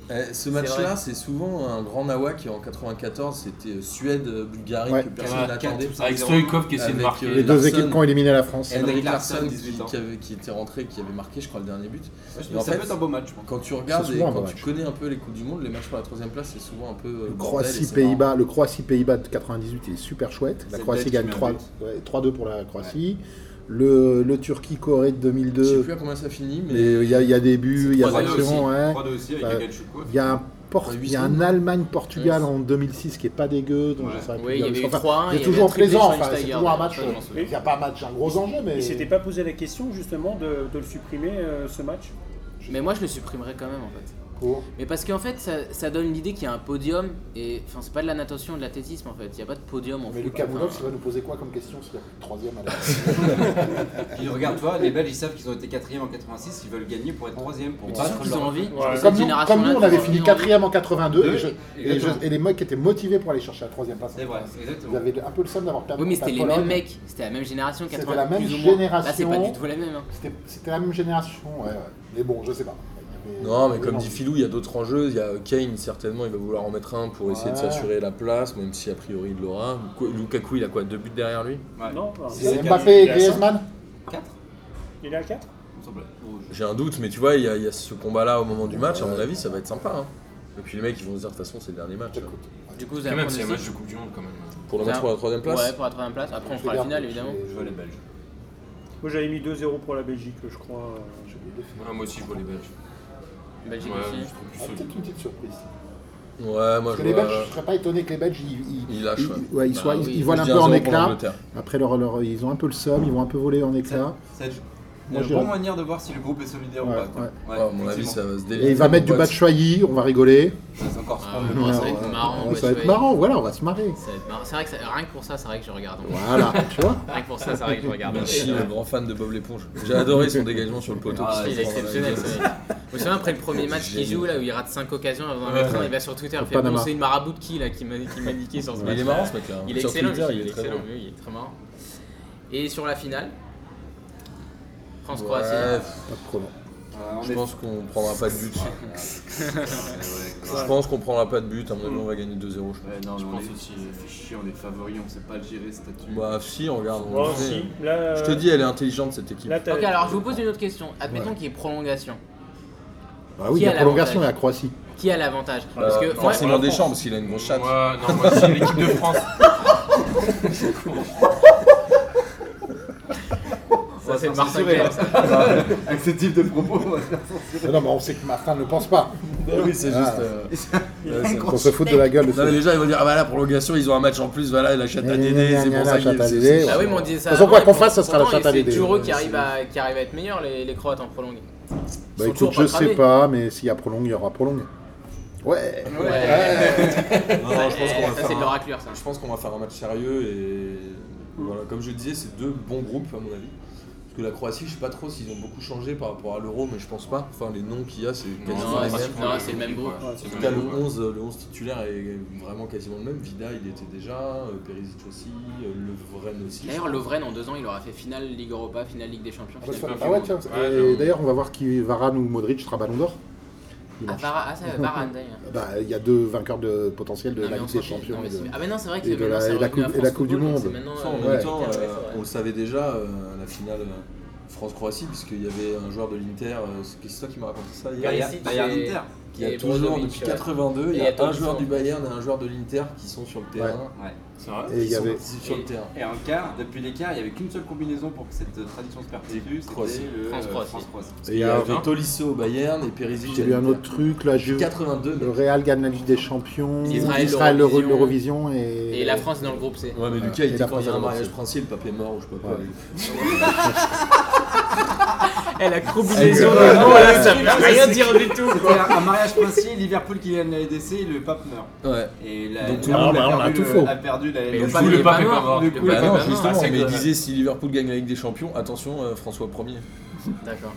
Eh, ce
C'est vrai.
match-là, c'est souvent un grand nawa qui en 94, c'était euh, Suède, euh, Bulgarie,
Ouais.
que personne n'attendait.
Avec Stoïkov qui essaie de
Avec,
marquer.
euh,
Les deux
Larson.
équipes qui ont éliminé la France.
Henrik
Henrik
Larsson,
Larsson
18
qui,
ans.
qui avait- qui était rentré, qui avait marqué, je crois, le dernier but.
Ouais, je
Mais
pense que
en
Ça
fait-
peut être un beau match, je pense.
Quand tu regardes
C'est
et
souvent un
quand
bon
tu
match.
connais un peu les Coupes du Monde, les matchs pour la troisième place, c'est souvent un peu. euh,
bah, Le
bordel et c'est marrant.
Croatie-Pays-Bas, le Croatie-Pays-Bas de 98 il est super chouette. La
C'est
Croatie
Belge
gagne
qui met un
3,
but.
ouais, 3-2 pour la Croatie. Le, le Turquie-Corée de
Je sais
2002,
plus à combien ça finit,
mais
mais.
il y, a- il y a des buts, il y a de
3-2 aussi.
l'action. ouais.
3-2 aussi avec
Bah,
Gagan Choukou.
Il y a un, Port-
Ouais, huit
il y a un
secondes.
Allemagne-Portugal
Ouais.
en 2006 qui est pas dégueu. Donc
Ouais.
je saurais plus
Oui, il y
dire
avait eu
le score.
3-1.
c'est
il y avait
toujours
un triplé
plaisant,
sur
enfin, c'est
Schweinsteiger,
toujours un
d'ailleurs,
match,
ça, je m'en souviens.
Il n'y a pas match, un gros enjeu, mais.
Et c'était pas posé la question justement de, de le supprimer euh, ce match
Mais moi je le supprimerais quand même en fait.
Pour-
Mais parce qu'en fait ça, ça donne l'idée qu'il y a un podium et enfin c'est pas de la natation, de l'athlétisme en fait. Il n'y a pas de podium en
Mais
foot.
Lucas Moulov,
Enfin,
ça va nous poser quoi comme question s'il y a plus de troisième à la
Puis regarde, toi, les Belges, ils savent qu'ils ont été quatrième en 86. Ils veulent gagner pour être troisième, pour
tu sens
battre
qu'ils
leur-
ont envie.
Ouais.
Cette
Comme nous,
génération-là,
comme nous, on
ils
avait
ont
fini
envie. hein.
quatrième en 82 et, je- et, je-
Exactement.
et les mecs étaient motivés pour aller chercher la troisième place.
C'est vrai,
Vous
exactement.
avez un peu le seum d'avoir perdu.
Oui, mais
contre
c'était
la
les mêmes
Pologne.
mecs, c'était la même génération,
C'était
80
la même
plus ou moins. Là, c'est
génération.
pas du tout la même. hein.
C'était- C'était la même génération, ouais, ouais. Mais bon, je sais pas. Il y avait-
Non, mais
il y avait
comme
envie.
dit Filou, il y a d'autres enjeux. Il y a Kane, certainement, il va vouloir en mettre un pour essayer de
Ouais.
s'assurer la place, même si a priori il l'aura. Lukaku, il a quoi Deux buts derrière lui
Ouais.
Non enfin,
C'est-
C'est
Zidane,
Mbappé et
il est à cinq.
Griezmann
Quatre,
Il est à 4
il me semble. Oh, je-
J'ai un doute, mais tu vois, il y, a- il y a ce combat-là au moment du match, à mon avis, ça va être sympa. hein. Et puis les mecs, ils vont se dire, de toute façon, c'est le dernier match.
J'écoute.
Du coup, vous
Et
avez
même,
un
c'est un match
pronostic
de Coupe du Monde quand même.
Pour le match pour la troisième place
Ouais, pour la troisième place. Après, on fera la
Regarde,
finale évidemment.
j'ai-
Je vois les Belges.
Moi j'avais mis 2-0 pour la Belgique, je crois.
j'ai oublié
Ah,
de le faire.
Ouais, moi aussi, je vois les Belges. Ouais,
Belgique
je
aussi.
trouve plus
Ah,
solide.
Peut-être une petite surprise.
Ouais, moi
Parce
je
que les
vois-
Belges, je serais pas étonné que les Belges ils- ils-
Ils lâchent, ouais.
Ouais, ils, soient-
Bah
ils-
oui.
ils volent
Moi,
un
je dis
peu
1-0
en
pour
éclat.
l'Angleterre.
Après, leur, leur- ils ont un peu le seum, ils vont un peu voler en éclat.
Sept. Il y a
Moi,
une
je dirais-
bonne manière de voir si le groupe est solidaire ou
Ouais,
pas. quoi.
ouais.
Ouais,
Ouais, à mon avis,
effectivement.
ça va se délire.
Et il va mettre du
Ouais,
bad choyi, on va rigoler.
C'est encore
Ah,
spannend.
ouais, ça va
Ouais,
être marrant.
ouais,
ouais,
ça va
tu
être
vois.
marrant, voilà, on va se marrer.
Ça va être marrant. C'est vrai que ça- rien que pour ça, c'est vrai que je regarde.
Voilà, tu vois.
Rien que pour ça, c'est vrai que je regarde.
Merci, le grand fan de Bob l'éponge. J'ai adoré son dégagement sur le poteau.
Ah,
Il est exceptionnel, ce mec. Vous savez, après le premier match qu'il joue, là où il rate 5 occasions avant un
Ouais.
il va sur Twitter, il fait
Panama.
Bon, c'est une marabout de qui là qui m'a qui m'a niqué sur ce
Mais
match.
il est marrant ce mec-là.
Il est
Sur
excellent,
Twitter,
il est excellent,
bon.
oui, il est très marrant. Et sur la finale, France-Croatie.
Ouais,
Pas de problème.
Ouais, on
je
est-
pense qu'on prendra pas de but.
Ouais,
Je pense qu'on prendra pas de but. À mon avis, on va gagner 2-0. je pense.
non,
Je
mais on
pense
est-
aussi.
ça fait chier, on est favoris, on sait pas le gérer ce statut.
Bah, si, on regarde. on
Oh,
le fait.
si. Là,
Je te dis, elle est intelligente cette équipe.
là, t'as-
Ok, alors je vous pose une autre question. Admettons qu'il y ait prolongation.
Bah oui,
Qui
la
a
prolongation est à
l'avantage
Croatie.
Qui a l'avantage
Euh,
Parce que bah moi,
forcément Deschamps parce qu'il a une grosse chatte.
Moi, non, moi, c'est l'équipe de France.
ça c'est le
Ça,
Marseille.
censuré, hein. Avec ce type de propos, on va se faire censurer.
Non, mais on sait que Martin ne pense pas.
oui, c'est
juste,
Il a une
Qu'on
grosse-
se fout de la gueule de
Ah. Non, mais
ce.
les gens ils vont dire Ah bah la prolongation, ils ont un match en plus, voilà, la chatte à
Gna,
Dédé,
gna,
c'est
gna,
pour
gna,
ça qu'ils.
chatte à
c'est-
Dédé,
c'est-
Ah oui, mais on disait ça.
De toute façon, quoi
avant,
qu'on fasse, ça sera la
pourtant,
chatte à
C'est
l'idée.
toujours eux qui arrivent à qui arrivent à être meilleurs, les les Croates en prolongé.
Bah
Ils sont
écoute,
toujours
je
pas
sais
cramés.
pas, mais s'il y a prolongue, il y aura prolongue. Ouais.
Non, non, je pense qu'on va
Eh, Ça
faire
c'est de
un-
leur raclure ça.
Je pense qu'on va faire un match sérieux et voilà, comme je le disais, c'est deux bons groupes à mon avis. Parce que la Croatie, je sais pas trop s'ils ont beaucoup changé par rapport à l'Euro, mais je pense pas. Enfin, les noms qu'il y a, c'est quasiment
non,
les
c'est-
mêmes.
non, c'est le même groupe.
euh,
Ouais, c'est
En tout
le
cas,
même
le
groupe.
11, le 11 titulaire est vraiment quasiment le même. Vida, il était déjà, euh, Perisic aussi, euh, Le Vren aussi.
D'ailleurs, Lovren en deux ans, il aura fait finale Ligue Europa, finale Ligue des Champions.
Ah, bah,
Finale
ça-
Coupe
ah
du
ouais,
Monde.
tiens.
Ouais,
et
j'avoue.
d'ailleurs, on va voir qui Varane ou Modric sera ballon d'or.
Ah,
dimanche.
Vara- ah, ça, Varane d'ailleurs.
Bah, il y a deux vainqueurs de potentiels de
Non, mais
la
on
Ligue
s'en
des
fiche.
Champions.
Non, mais
et de-
c'est- Ah, mais non, c'est vrai que
et
c'est
de
maintenant,
la-
c'est
et la
revenu à
coupe- et la
France
Coupe du
Football, donc
Monde.
c'est maintenant,
Ça,
euh,
en
ouais,
même temps,
ouais, c'est
euh,
vrai.
on le savait déjà euh, à la finale euh, France-Croatie, puisqu'il y avait un joueur de l'Inter, euh, c'est c'est toi qui m'as raconté ça hier.
Gallier.
Bayern Bayern
c'est-
Inter.
Il y
Et
a toujours,
Brozovic,
depuis
euh,
82, il y
et
a un
Attention.
joueur du Bayern et un joueur de l'Inter qui sont sur le terrain.
Ouais.
C'est vrai
Et il y
Qui sont
avait.
sur le terrain.
Et en quart, depuis les quarts, il n'y avait qu'une seule combinaison pour que cette euh, tradition se perpétue,
Croatie.
c'était le euh,
France-Croatie.
France-Croatie.
et
Il
il
y
y a-
avait Tolisso au Bayern et Perisic.
J'ai
à
lu un
l'Inter.
autre truc, la Juve.
82,
Le
mais...
Real gagne la Ligue des Champions.
L'Israël,
Israël,
l'Eurovision.
l'Eurovision. Et...
Et la France est dans le groupe C.
Ouais, mais
Voilà.
Lucas, il
Et
dit
la
quand il y a un
France,
mariage
c'est-
princier, le pape est mort ou je sais pas quoi.
Ouais.
Elle a combinaison
de
de
noms,
là, ça veut rien dire du tout.
C'était un un mariage princier, Liverpool qui gagne la LDC, le pape meurt.
Ouais.
Et la,
Donc, tout
la
le
monde
Rome
a- bah, on a
perdu
tout
le-
faux.
a perdu la
Mais
LDC.
le
coup,
pape,
le
il est
pape
pas
est pas
mort.
mort.
Le
Bah
coup,
non,
il est
Bah
pas
non,
mort.
justement,
c'est
mais il
quoi,
disait si Liverpool gagne la Ligue des Champions, attention, euh, François 1er.
D'accord.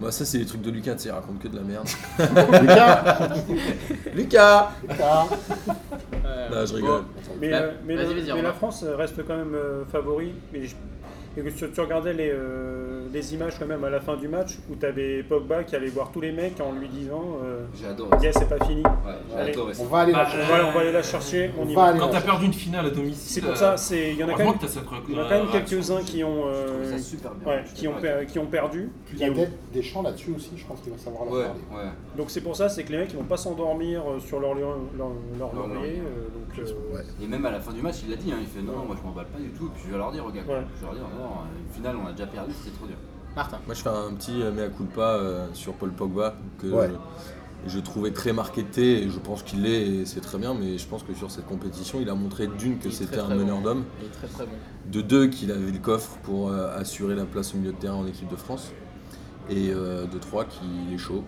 Bah ça, c'est les trucs de Lucas, tu sais, il raconte que de la merde.
Lucas
Lucas
Lucas
Non, je rigole.
Mais,
Bah,
euh, mais,
vas-y,
le-
vas-y,
mais
Romain.
la France euh, reste quand même euh, favori. Et, je- et que tu, tu regardais les, euh, les images quand même à la fin du match où tu avais Pogba qui allait voir tous les mecs en lui disant euh,
J'ai adoré ça.
Yes, c'est pas fini.
Ouais, j'ai
Allez.
adoré ça.
On va aller
Bah,
Ah,
là.
on, va, on va aller la chercher. On
On
y
va
va.
aller
Quand t'as
là.
perdu une finale à domicile.
C'est
euh,
pour ça. c'est- Il y en a quand
Heureusement
même,
que t'as cette rec-
il y en a quand même
euh,
quelques-uns qui ont.
Je trouvais ça
euh,
super bien.
ouais,
Je suis
qui ont,
d'accord
per- qui ont perdu.
Il y a peut-être des champs là-dessus aussi, je pense qu'il va savoir
avec
leur
toi. Ouais,
parler.
ouais.
Donc c'est pour ça, c'est que les mecs ils vont pas s'endormir euh, sur leur leur, leur, leur
Leur
laurier,
laurier.
euh, donc, euh,
Ouais.
Et même à la fin du match, il l'a dit, hein, il fait non, moi je m'emballe pas du tout. Et puis je vais leur dire, regarde,
Ouais.
je vais leur dire, non, une finale on a déjà perdu, c'était trop dur.
Martin.
Moi, je fais un petit euh, mea culpa euh, sur Paul Pogba que
Ouais.
je trouvais très marketé et je pense qu'il l'est et c'est très bien, mais je pense que sur cette compétition, il a montré d'une que
Il est
c'était
très,
un
très
meneur
bon.
d'hommes,
Il est très très bon.
de deux qu'il avait le coffre pour euh, assurer la place au milieu de terrain en équipe de France et euh, de trois qu'il est chaud.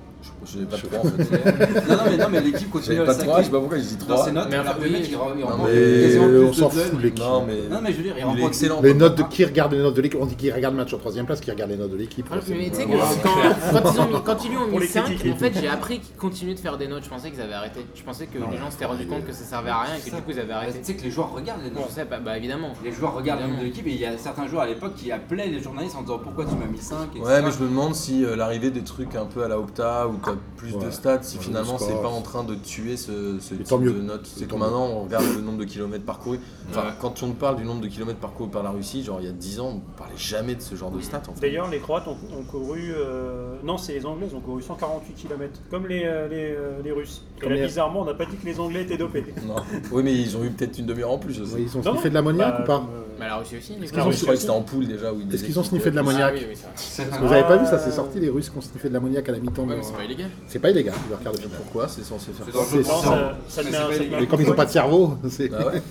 Je je n'ai pas trois en fait.
euh, non, non, mais, non, mais l'équipe continue
J'avais pas
à
trois, je sais
sacrer.
pas pourquoi je dis
Dans
trois.
ses notes,
Mais
alors que le
oui,
mec il
je-
rem- il
non,
remporte
mais
quasiment
on
plus
s'en
de
fout de
duels.
l'équipe.
Non mais
Non, mais je veux dire, il
il est
remporte
excellent.
Les
Paul
notes de
Pogba.
qui regarde les notes de l'équipe On dit qu'il regarde le match en troisième place, qui regarde les notes de l'équipe.
Ah,
quoi, c'est-
mais tu sais que
Ouais.
quand, quand ils ont mis, quand ils lui ont
Pour
mis
les
5,
critiquer.
en fait j'ai appris qu'ils continuaient de faire des notes, je pensais qu'ils avaient arrêté. Je pensais que les gens s'étaient rendu compte que ça servait à rien et que du coup ils avaient
Bah,
arrêté.
Tu sais que les joueurs regardent les
Non,
notes.
je sais pas, bah évidemment.
Les joueurs regardent les notes de l'équipe et il y a certains joueurs à l'époque qui appelaient les journalistes en disant pourquoi tu m'as mis 5
Ouais, mais je me demande si euh, l'arrivée des trucs un peu à la Opta où t'as plus
Ouais.
de stats, si
Ouais,
finalement
le score.
c'est pas en train de tuer ce, ce type
tant mieux.
de notes. C'est
Et
que
tant
maintenant on regarde le nombre de kilomètres parcourus. Enfin,
Ouais.
quand on parle du nombre de kilomètres parcourus par la Russie, genre il y a 10 ans, on parlait jamais de ce genre de stats en fait.
D'ailleurs, les Croates ont, ont couru. euh, non, c'est les Anglais, ils ont couru 148 km, comme les, euh, les, euh, les Russes. Et
Comme
là,
les-
bizarrement, on n'a pas dit que les Anglais étaient dopés.
Non. Oui, mais ils ont eu peut-être une demi-heure en plus aussi.
Ouais, Ils ont
Non,
sniffé de l'ammoniaque
bah,
ou pas
comme, euh,
Mais la Russie aussi, les
La
gars.
ont-
Russie, je crois que c'était en poule déjà. où ils
Est-ce
disaient
qu'ils ont
qu'ils
sniffé de
pouvaient-
Ah
l'ammoniaque
oui, oui, c'est vrai.
Parce que vous avez pas vu ça, c'est sorti les Russes qui ont sniffé de l'ammoniaque à la mi-temps.
Ouais,
dans-
mais c'est pas illégal.
C'est pas illégal, ils le regardent depuis.
Pourquoi C'est censé faire
C'est
ça
dangereux
C'est
pour
non,
ça.
ça, ça te
Mais
met
c'est
un-
pas
ça te met
illégal.
un
Mais comme ils ont pas de cerveau, c'est.
Ah ouais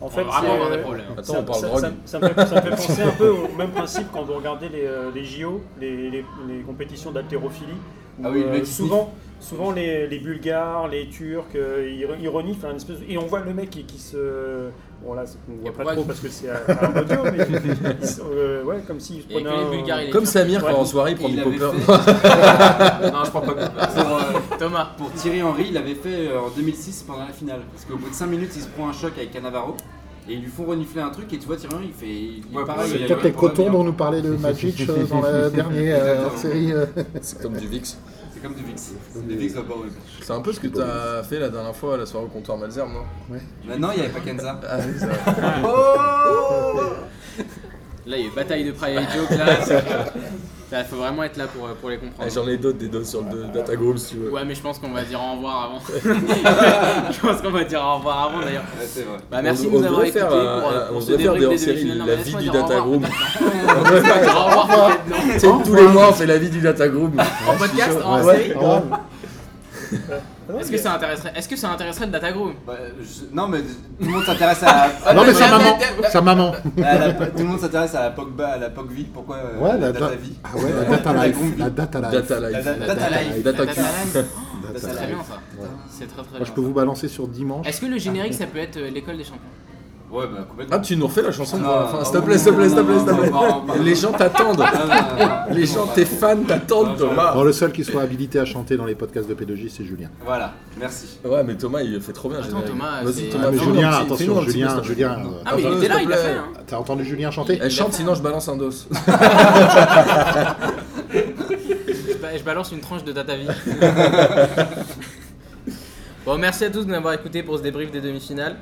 En
On
fait,
va vraiment
c'est- euh,
avoir des problèmes.
Attends,
ça,
on parle
ça-
drogue.
ça- ça me fait, ça me fait penser un peu au même principe quand vous regardez les, euh, les JO, les, les- les compétitions d'haltérophilie. où, euh,
Ah oui, le mec qui
souvent, souvent les, les Bulgares, les Turcs, euh, ils, re- ils reniflent un espèce. de- Et on voit le mec qui, qui se. Bon, là, c'est- on voit
Et
pas
pourquoi-
trop parce que c'est à, à un audio, mais. ils sont, euh, ouais, comme s'il se
Il y a
prenait
que les Bulgares et
un.
les
Comme
Turcs.
Samir quand
Ouais.
en soirée il
Et
prend
il
du
avait
poker.
fait,
Non, je prends pas Cooper.
pour, euh,
Thomas.
pour Thierry Henry, il l'avait fait euh, en 2006 pendant la finale. Parce qu'au bout de 5 minutes, il se prend un choc avec Cannavaro. Et ils lui font renifler un truc. Et tu vois, Thierry Henry, il fait il est
Ouais,
pareil.
c'est
il a
peut-être
eu un problème,
les cotons
hein.
dont nous parlait le Magic euh, dans la dernière euh, série. euh.
C'est comme du VIX.
C'est comme du VIX. C'est du VIX d'abord. oui.
C'est un peu ce que t'as fait la dernière fois à la soirée au comptoir Malzer, non
Maintenant, il n'y avait pas Kenza.
Ah, oui, ça.
Là, il y a une bataille de private joke là. Il faut vraiment être là pour, euh, pour les comprendre.
Ah, J'en ai d'autres, des d'autres sur le Data Goal si tu veux.
Ouais, mais je pense qu'on va dire au revoir avant. je pense qu'on va dire au revoir avant d'ailleurs.
Ouais, c'est vrai.
Bah, merci
On-
de
on
nous avoir
devrait
écoutés
faire,
pour,
euh,
euh,
on
pour ce
devrait faire
débrief
des
des
séries,
demi-finales. Non,
la
mais
vie
laisse-moi
du
dire au revoir.
Datagroup.
On va dire au
Ah,
revoir peut-être, non
Tu sais, tous les mois on fait la vie du Data Group.
En podcast, en
Ouais,
série
grave.
Est-ce que ça intéresserait Est-ce que ça intéresserait le Datagroup
Bah, je- Non, mais tout le monde s'intéresse à.
Ah Non mais
ça
sa maman, sa maman.
À la- tout le monde s'intéresse à la Pogba, à la Pogville, pourquoi euh,
Ouais, la
la
da-
data vie
Ah ouais, la data
groove
life,
vie.
la data life.
Data
La
Life.
da-
Data
Data
Live.
Life.
Data
Data
Cube.
Live.
Data
Ça, C'est très
life.
bien ça.
Ouais.
C'est très très
Moi, je peux
bien.
vous balancer sur dimanche.
Est-ce que le générique ça peut être euh, l'école des champions
Ouais, bah complètement.
Ah, tu nous refais la chanson
Non,
pour la fin.
non,
S'il te
non,
plaît, s'il te plaît,
non,
s'il te plaît,
non,
s'il te
non,
plaît.
non, non, non.
Les gens t'attendent.
Ah, bah, non, non, non, non,
Les
non,
gens,
non,
tes
non.
fans t'attendent,
Non,
Thomas.
Bon, le seul qui soit habilité à chanter dans les podcasts de P2J, c'est Julien.
Voilà, merci.
Ouais, mais Thomas, il fait trop bien.
Attends,
générique.
Thomas,
Vas-y,
c'est-
Thomas.
Ah, mais
fais-nous un
Julien,
petit- fais-nous
attention,
un petit
Julien,
best-of.
Julien. euh,
Ah, mais il
Attends,
était là,
s'il
il
te
l'a
plaît.
fait. hein.
T'as entendu Julien chanter
Elle Eh, chante, sinon je balance un dos.
Je ba- Je balance une tranche de data vie. bon, merci à tous de m'avoir écouté pour ce débrief des demi-finales.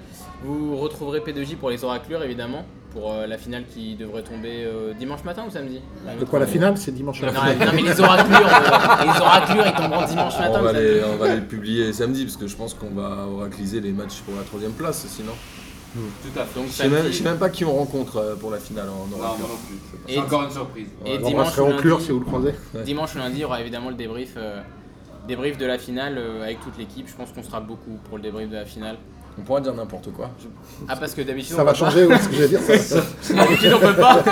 Vous retrouverez P2J pour les oraclures, évidemment, pour euh, la finale qui devrait tomber euh, dimanche matin ou samedi
De quoi la finale C'est dimanche.
non, non, mais les oraclures, euh, les oraclures, ils tomberont dimanche matin.
On
ou
va, euh,
samedi.
les, on va les publier samedi parce que je pense qu'on va oracliser les matchs pour la troisième place sinon.
Tout à fait.
Donc
Je sais même, je
samedi
sais même pas qui on rencontre euh, pour la finale en
Non,
oracle.
moi non plus.
Et-
C'est encore une surprise.
et
On
dimanche
serait
ou
en clure
lundi,
si vous le croisez.
dimanche ou lundi, il y aura évidemment le débrief, euh, débrief de la finale euh, avec toute l'équipe. Je pense qu'on sera beaucoup pour le débrief de la finale.
On pourra dire n'importe quoi.
Ah parce que d'habitude
Ça
on
va
peut pas.
changer, oui, ce que je veux dire. ça va-
D'habitude on peut pas.
Je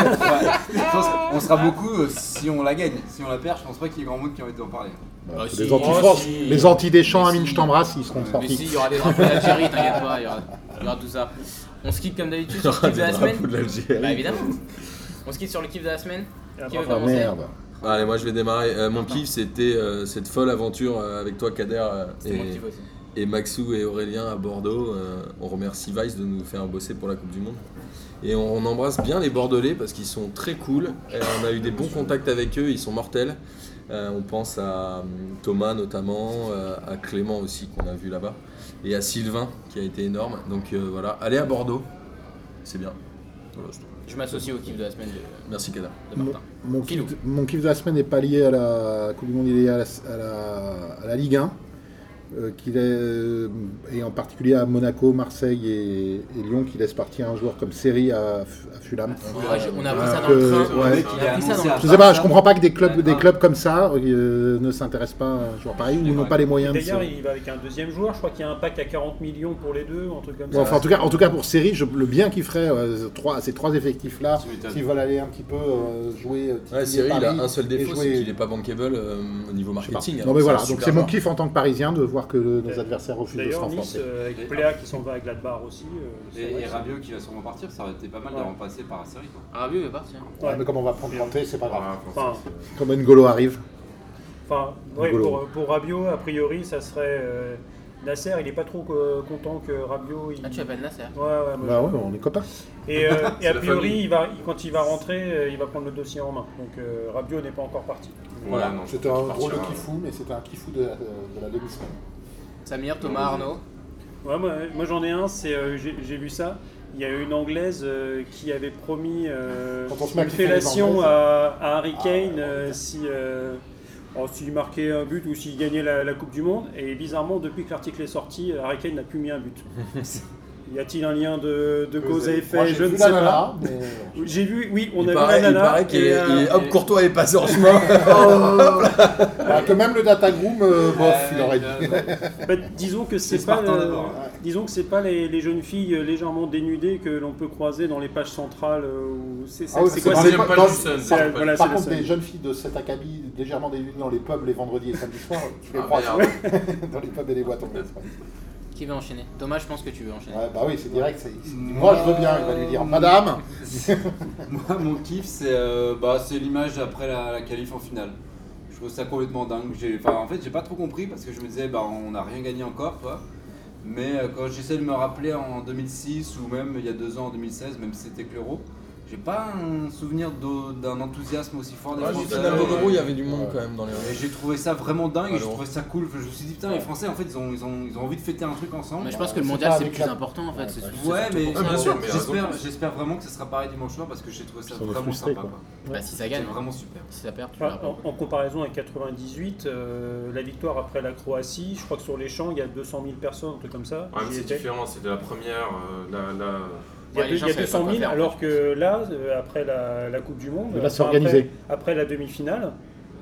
pense qu'on sera
Ah.
beaucoup euh, si on la gagne. Si on la perd, je pense pas qu'il y ait grand monde qui a envie d'en parler.
Bah, si.
Les anti-France,
Oh, si.
les anti-Deschamps,
Mais
Amine,
si.
je t'embrasse, ils seront
Mais si, il
sortis.
y aura des drapeaux d'Algérie, t'inquiète pas, il y, aura, il y aura tout ça. On se quitte comme d'habitude sur le kiff de la semaine
drapeaux de l'Algérie.
Bah évidemment. On se quitte sur le kiff de la semaine. Qui
bah,
veut
Ah
commencer
merde.
Allez, moi je vais démarrer. Euh, mon kiff, c'était euh, cette folle aventure euh, avec toi, Kader, euh,
C'est mon
et,
kiff aussi.
et Maxou et Aurélien à Bordeaux. Euh, on remercie Vice de nous faire bosser pour la Coupe du Monde. Et on, on embrasse bien les Bordelais parce qu'ils sont très cool. Et on a eu des bons contacts avec eux, ils sont mortels. Euh, on pense à hum, Thomas notamment, euh, à Clément aussi qu'on a vu là-bas, et à Sylvain qui a été énorme. Donc euh, voilà, allez à Bordeaux, c'est bien. Voilà, je trouve.
Je m'associe au kiff de la semaine de,
Merci Kader.
de Martin.
Mon kiff,
Filou.
mon kiff de la semaine n'est pas lié à la Coupe du Monde, il est lié à la, à la- à la Ligue 1, euh, qui l'a- euh, et en particulier à Monaco, Marseille et, et Lyon, qui laisse partir un joueur comme série à, F- à Fulham.
Ouais, je- on a pris
Euh,
ça dans le
que-
train.
ouais.
Le mec,
On
il
a
a
pris ça
annoncé
dans
à
le
Je sais pas, je comprends pas que des
Ouais,
clubs, des
grave.
clubs comme ça euh, ne s'intéressent pas à un joueur pareil ou
C'est
n'ont
vrai.
pas les moyens de se...
D'ailleurs, il va avec un deuxième joueur. Je crois qu'il y a un pack à 40 millions pour les deux, un truc comme
Ouais,
ça.
enfin, en, tout cas, en tout cas, pour série, je, le bien qu'ils ferait euh, trois- ces trois effectifs-là,
Tu m'étonnes.
s'ils veulent aller un petit peu euh, jouer. euh,
Ouais,
titiller
Cyril, il a
Paris
un seul
et
défaut,
jouer-
c'est qu'il n'est pas bankable euh, au niveau marketing.
Non mais
alors
voilà,
un
donc
super
c'est mon
joueur.
kiff en tant que parisien de voir que le- nos
D'ailleurs,
adversaires refusent de se
D'ailleurs, Nice,
renforcer.
euh, avec Pléa qui s'en va avec Gladbach aussi. euh, c'est
Et,
vrai
et
que-
Rabiot qui va sûrement partir, ça aurait été pas mal de
Ouais.
remplacer par la série. Quoi.
Rabiot veut partir.
Ouais.
Ouais, mais comme on va prendre Kanté, c'est pas grave.
Enfin,
Comme N'Golo arrive.
Enfin, ouais,
Golo.
pour, pour Rabiot, a priori, ça serait. euh, Nasser, il est pas trop euh, content que Rabiot. Il...
Ah tu appelles Nasser.
Ouais, ouais, moi,
Bah ouais, on est copains.
Et, euh, et
C'est
a
la
priori,
famille.
il va, il- quand il va rentrer, euh, il va prendre le dossier en main. Donc euh, Rabiot n'est pas encore parti.
Voilà,
Ah
non.
C'était un
drôle
drôle
de
de
hein.
partira.
kifou, mais c'était un kifou de, la demi-semaine.
Samir, Thomas, Arnaud.
Ouais, moi, moi, j'en ai un, c'est euh, j'ai j'ai vu ça. Il y a une Anglaise euh, qui avait promis euh,
Quand on se met à
une
kiffer les
fellation
Anglaises.
à, à Harry
Ah,
Kane
ouais,
euh, si, euh, oh, s'il marquait un but ou euh, s'il gagnait la, la Coupe du Monde. Et bizarrement, depuis que l'article est sorti, Harry Kane n'a plus mis un but. Il- y a-t-il un lien de, de cause à
Moi,
effet
j'ai
Je ne
vu
sais pas.
la nana, mais-
J'ai vu, oui, on
il,
a
paraît,
vu la
il
nana.
paraît qu'il
et,
est-
euh,
il est- hop, Courtois est passé en chemin.
Bah,
Ah, que même le data groom, euh, bof, il aurait dit.
bah, disons que c'est
se
pas,
partant
le-
d'abord, hein.
disons que c'est pas les, les jeunes filles euh, légèrement dénudées que l'on peut croiser dans les pages centrales. euh, Ou c'est c'est-
Ah oui,
c'est
c'est
quoi
dans
c'est-
les-
Deuxième page
dans-
du Sun.
c'est la- voilà, c'est
Par
la
contre,
seule.
des jeunes filles de cet acabit légèrement dénudées dans les pubs les vendredis et samedis soirs, tu les
Ah,
croises
merde.
dans les pubs et les boîtes anglaises. ouais.
Qui veut enchaîner Thomas, je pense que tu veux enchaîner.
Ouais, bah oui, c'est direct. c'est- c'est- Moi, je veux bien, il va lui dire Madame
Moi, mon kiff, c'est euh, bah, c'est l'image après la, la qualif en finale. Je trouve ça complètement dingue. J'ai- enfin, en fait, j'ai pas trop compris parce que je me disais, bah, on n'a rien gagné encore, quoi. Mais euh, quand j'essaie de me rappeler en 2006 ou même il y a deux ans, en 2016, même si c'était que l'euro, j'ai pas un souvenir d'au- d'un enthousiasme aussi fort des
Ouais,
Français.
Justin Alvogoro, il y avait du monde
Ouais.
quand même dans les rues.
Et j'ai trouvé ça vraiment dingue et j'ai
Alors.
trouvé ça cool. Enfin, je me suis dit, putain, les Français, en fait, ils ont, ils ont, ils ont envie de fêter un truc ensemble.
Mais je pense que le
c'est
mondial
pas
c'est le
avec
plus
la-
important en fait. c'est- c'est
Ouais,
surtout
mais
pour ça.
bien sûr, mais
j'espère,
raison.
j'espère vraiment que ce sera pareil dimanche soir parce que j'ai trouvé ça
Ils sont
vraiment
frustrés,
sympa.
quoi.
quoi.
Bah, si ça
C'est
gagne,
vraiment super.
si ça perd, tu
Enfin,
l'auras pas.
en, en comparaison avec 98, euh, la victoire après la Croatie, je crois que sur les champs, il y a 200 000 personnes, un truc comme ça.
Ouais, mais
J'y
c'est
étais.
différent, c'était la première. euh, la, la...
Il y a,
Ouais,
deux-
les gens
il y a
savaient pas
200
quoi
000,
faire, en
alors
fait.
que là, euh, après la, la Coupe du Monde,
Mais là,
enfin,
c'est organisé.
Après, après la demi-finale,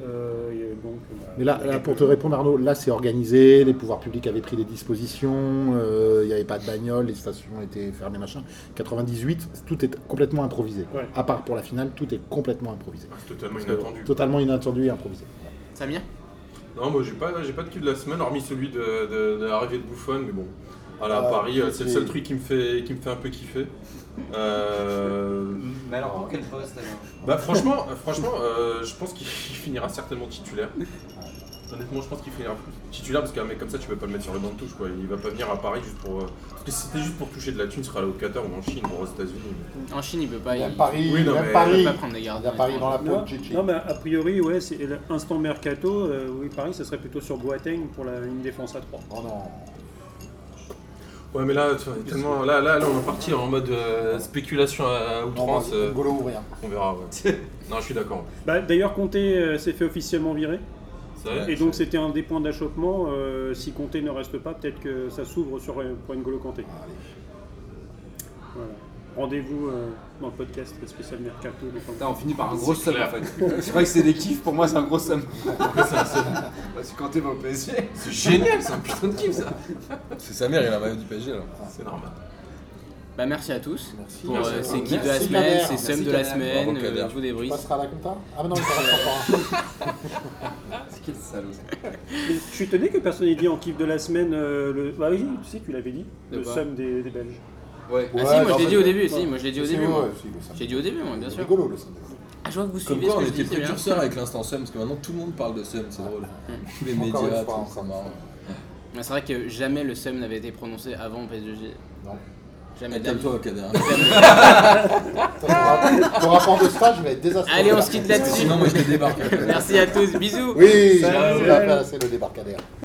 euh, il y a- donc, bah,
Mais là,
il y a
là,
quelques-
pour te répondre Arnaud, là c'est organisé, les pouvoirs publics avaient pris des dispositions, euh, il n'y avait pas de bagnole, les stations étaient fermées, machin. 98, tout est complètement improvisé.
Ouais.
À part pour la finale, tout est complètement improvisé.
C'est totalement
Parce que,
inattendu.
Totalement inattendu et improvisé.
Samir
Non, moi j'ai pas, j'ai pas de kiff de la semaine, hormis celui de, de, de l'arrivée de Bouffon, mais bon. Voilà, à
Ah,
Paris, euh, c'est le seul
c'est-
truc qui me fait, qui me fait un peu kiffer. Euh,
Mais alors pour quel poste alors
bah franchement, euh, franchement, euh, je pense qu'il finira certainement titulaire. Honnêtement, je pense qu'il finira titulaire parce qu'un mec comme ça, tu peux pas le mettre sur le banc de touche, quoi. Il va pas venir à Paris juste pour. euh, Parce que si c'était juste pour toucher de la thune, ce sera allé au Qatar ou en Chine ou aux États-Unis.
En Chine, il peut pas.
Il y a
il-
Paris,
Oui,
il y
non,
a
mais-
il
Paris,
peut pas prendre des
il
gardiens.
y a Paris dans la peau
Non,
de Gigi.
non, mais a priori, ouais, c'est l'instant mercato. euh, oui, Paris, ça serait plutôt sur Boateng pour la, une défense à 3.
Oh non.
Ouais, mais là, tu vois, tellement, là, là, là, on est parti en mode euh, spéculation à outrance.
Non,
euh,
N'Golo ou rien.
on verra, ouais. non, je suis d'accord.
Bah, D'ailleurs, Comté euh, s'est fait officiellement virer.
C'est vrai
Et donc, c'était un des points d'achoppement. euh, si Comté ne reste pas, peut-être que ça s'ouvre sur, euh, pour N'Golo Kanté. Voilà. Rendez-vous euh, dans le podcast le spécial mercato. des
Putain,
candidats.
on finit par un gros somme en fait. C'est vrai que c'est des kiffs, pour moi c'est un gros somme. Parce que quand t'es au PSG,
C'est génial, c'est un putain de kiff ça.
C'est sa mère, il a la maillot du PSG là.
C'est normal.
Bah, merci à tous
Merci.
pour euh,
Merci.
ces kiffs de la
Merci,
semaine,
Kader.
ces
Merci,
sommes de la
Kader.
semaine.
Bravo, Kader.
euh, Je vous
Tu
débrise.
passeras à la compta Ah, mais non, il reste encore un.
quel salaud.
Mais Je suis étonné que personne n'ait dit en kiff de la semaine euh, le. Bah oui, tu sais, tu l'avais dit.
De
Le
quoi
somme des, des Belges.
Ouais.
Ah, si, moi je
non,
l'ai dit
mais-
au début, si, moi je l'ai dit au
C'est
début.
vrai,
moi.
si, le samedi.
J'ai dit au début, moi, bien
C'est
sûr.
rigolo le samedi.
Ah, je vois que vous
Comme
suivez
quoi,
ce
on
que je dis,
était
Ah. c'est bien.
précurseurs avec l'instant Sum, parce que maintenant tout le monde parle de Sum, c'est drôle. Tous les
Encore une
médias,
fois,
tout,
hein,
c'est marrant.
Mais C'est vrai que jamais le sum n'avait été prononcé avant PSG.
Non.
Jamais
Mais
de la vie.
calme-toi, Kader.
Ton rapport- Ton rapport de stage il va être désastreux.
Allez, on se quitte là-dessus.
Sinon, moi je te débarque.
Merci à tous, bisous
Oui,
Salut.
c'est la place, c'est le débarcadère.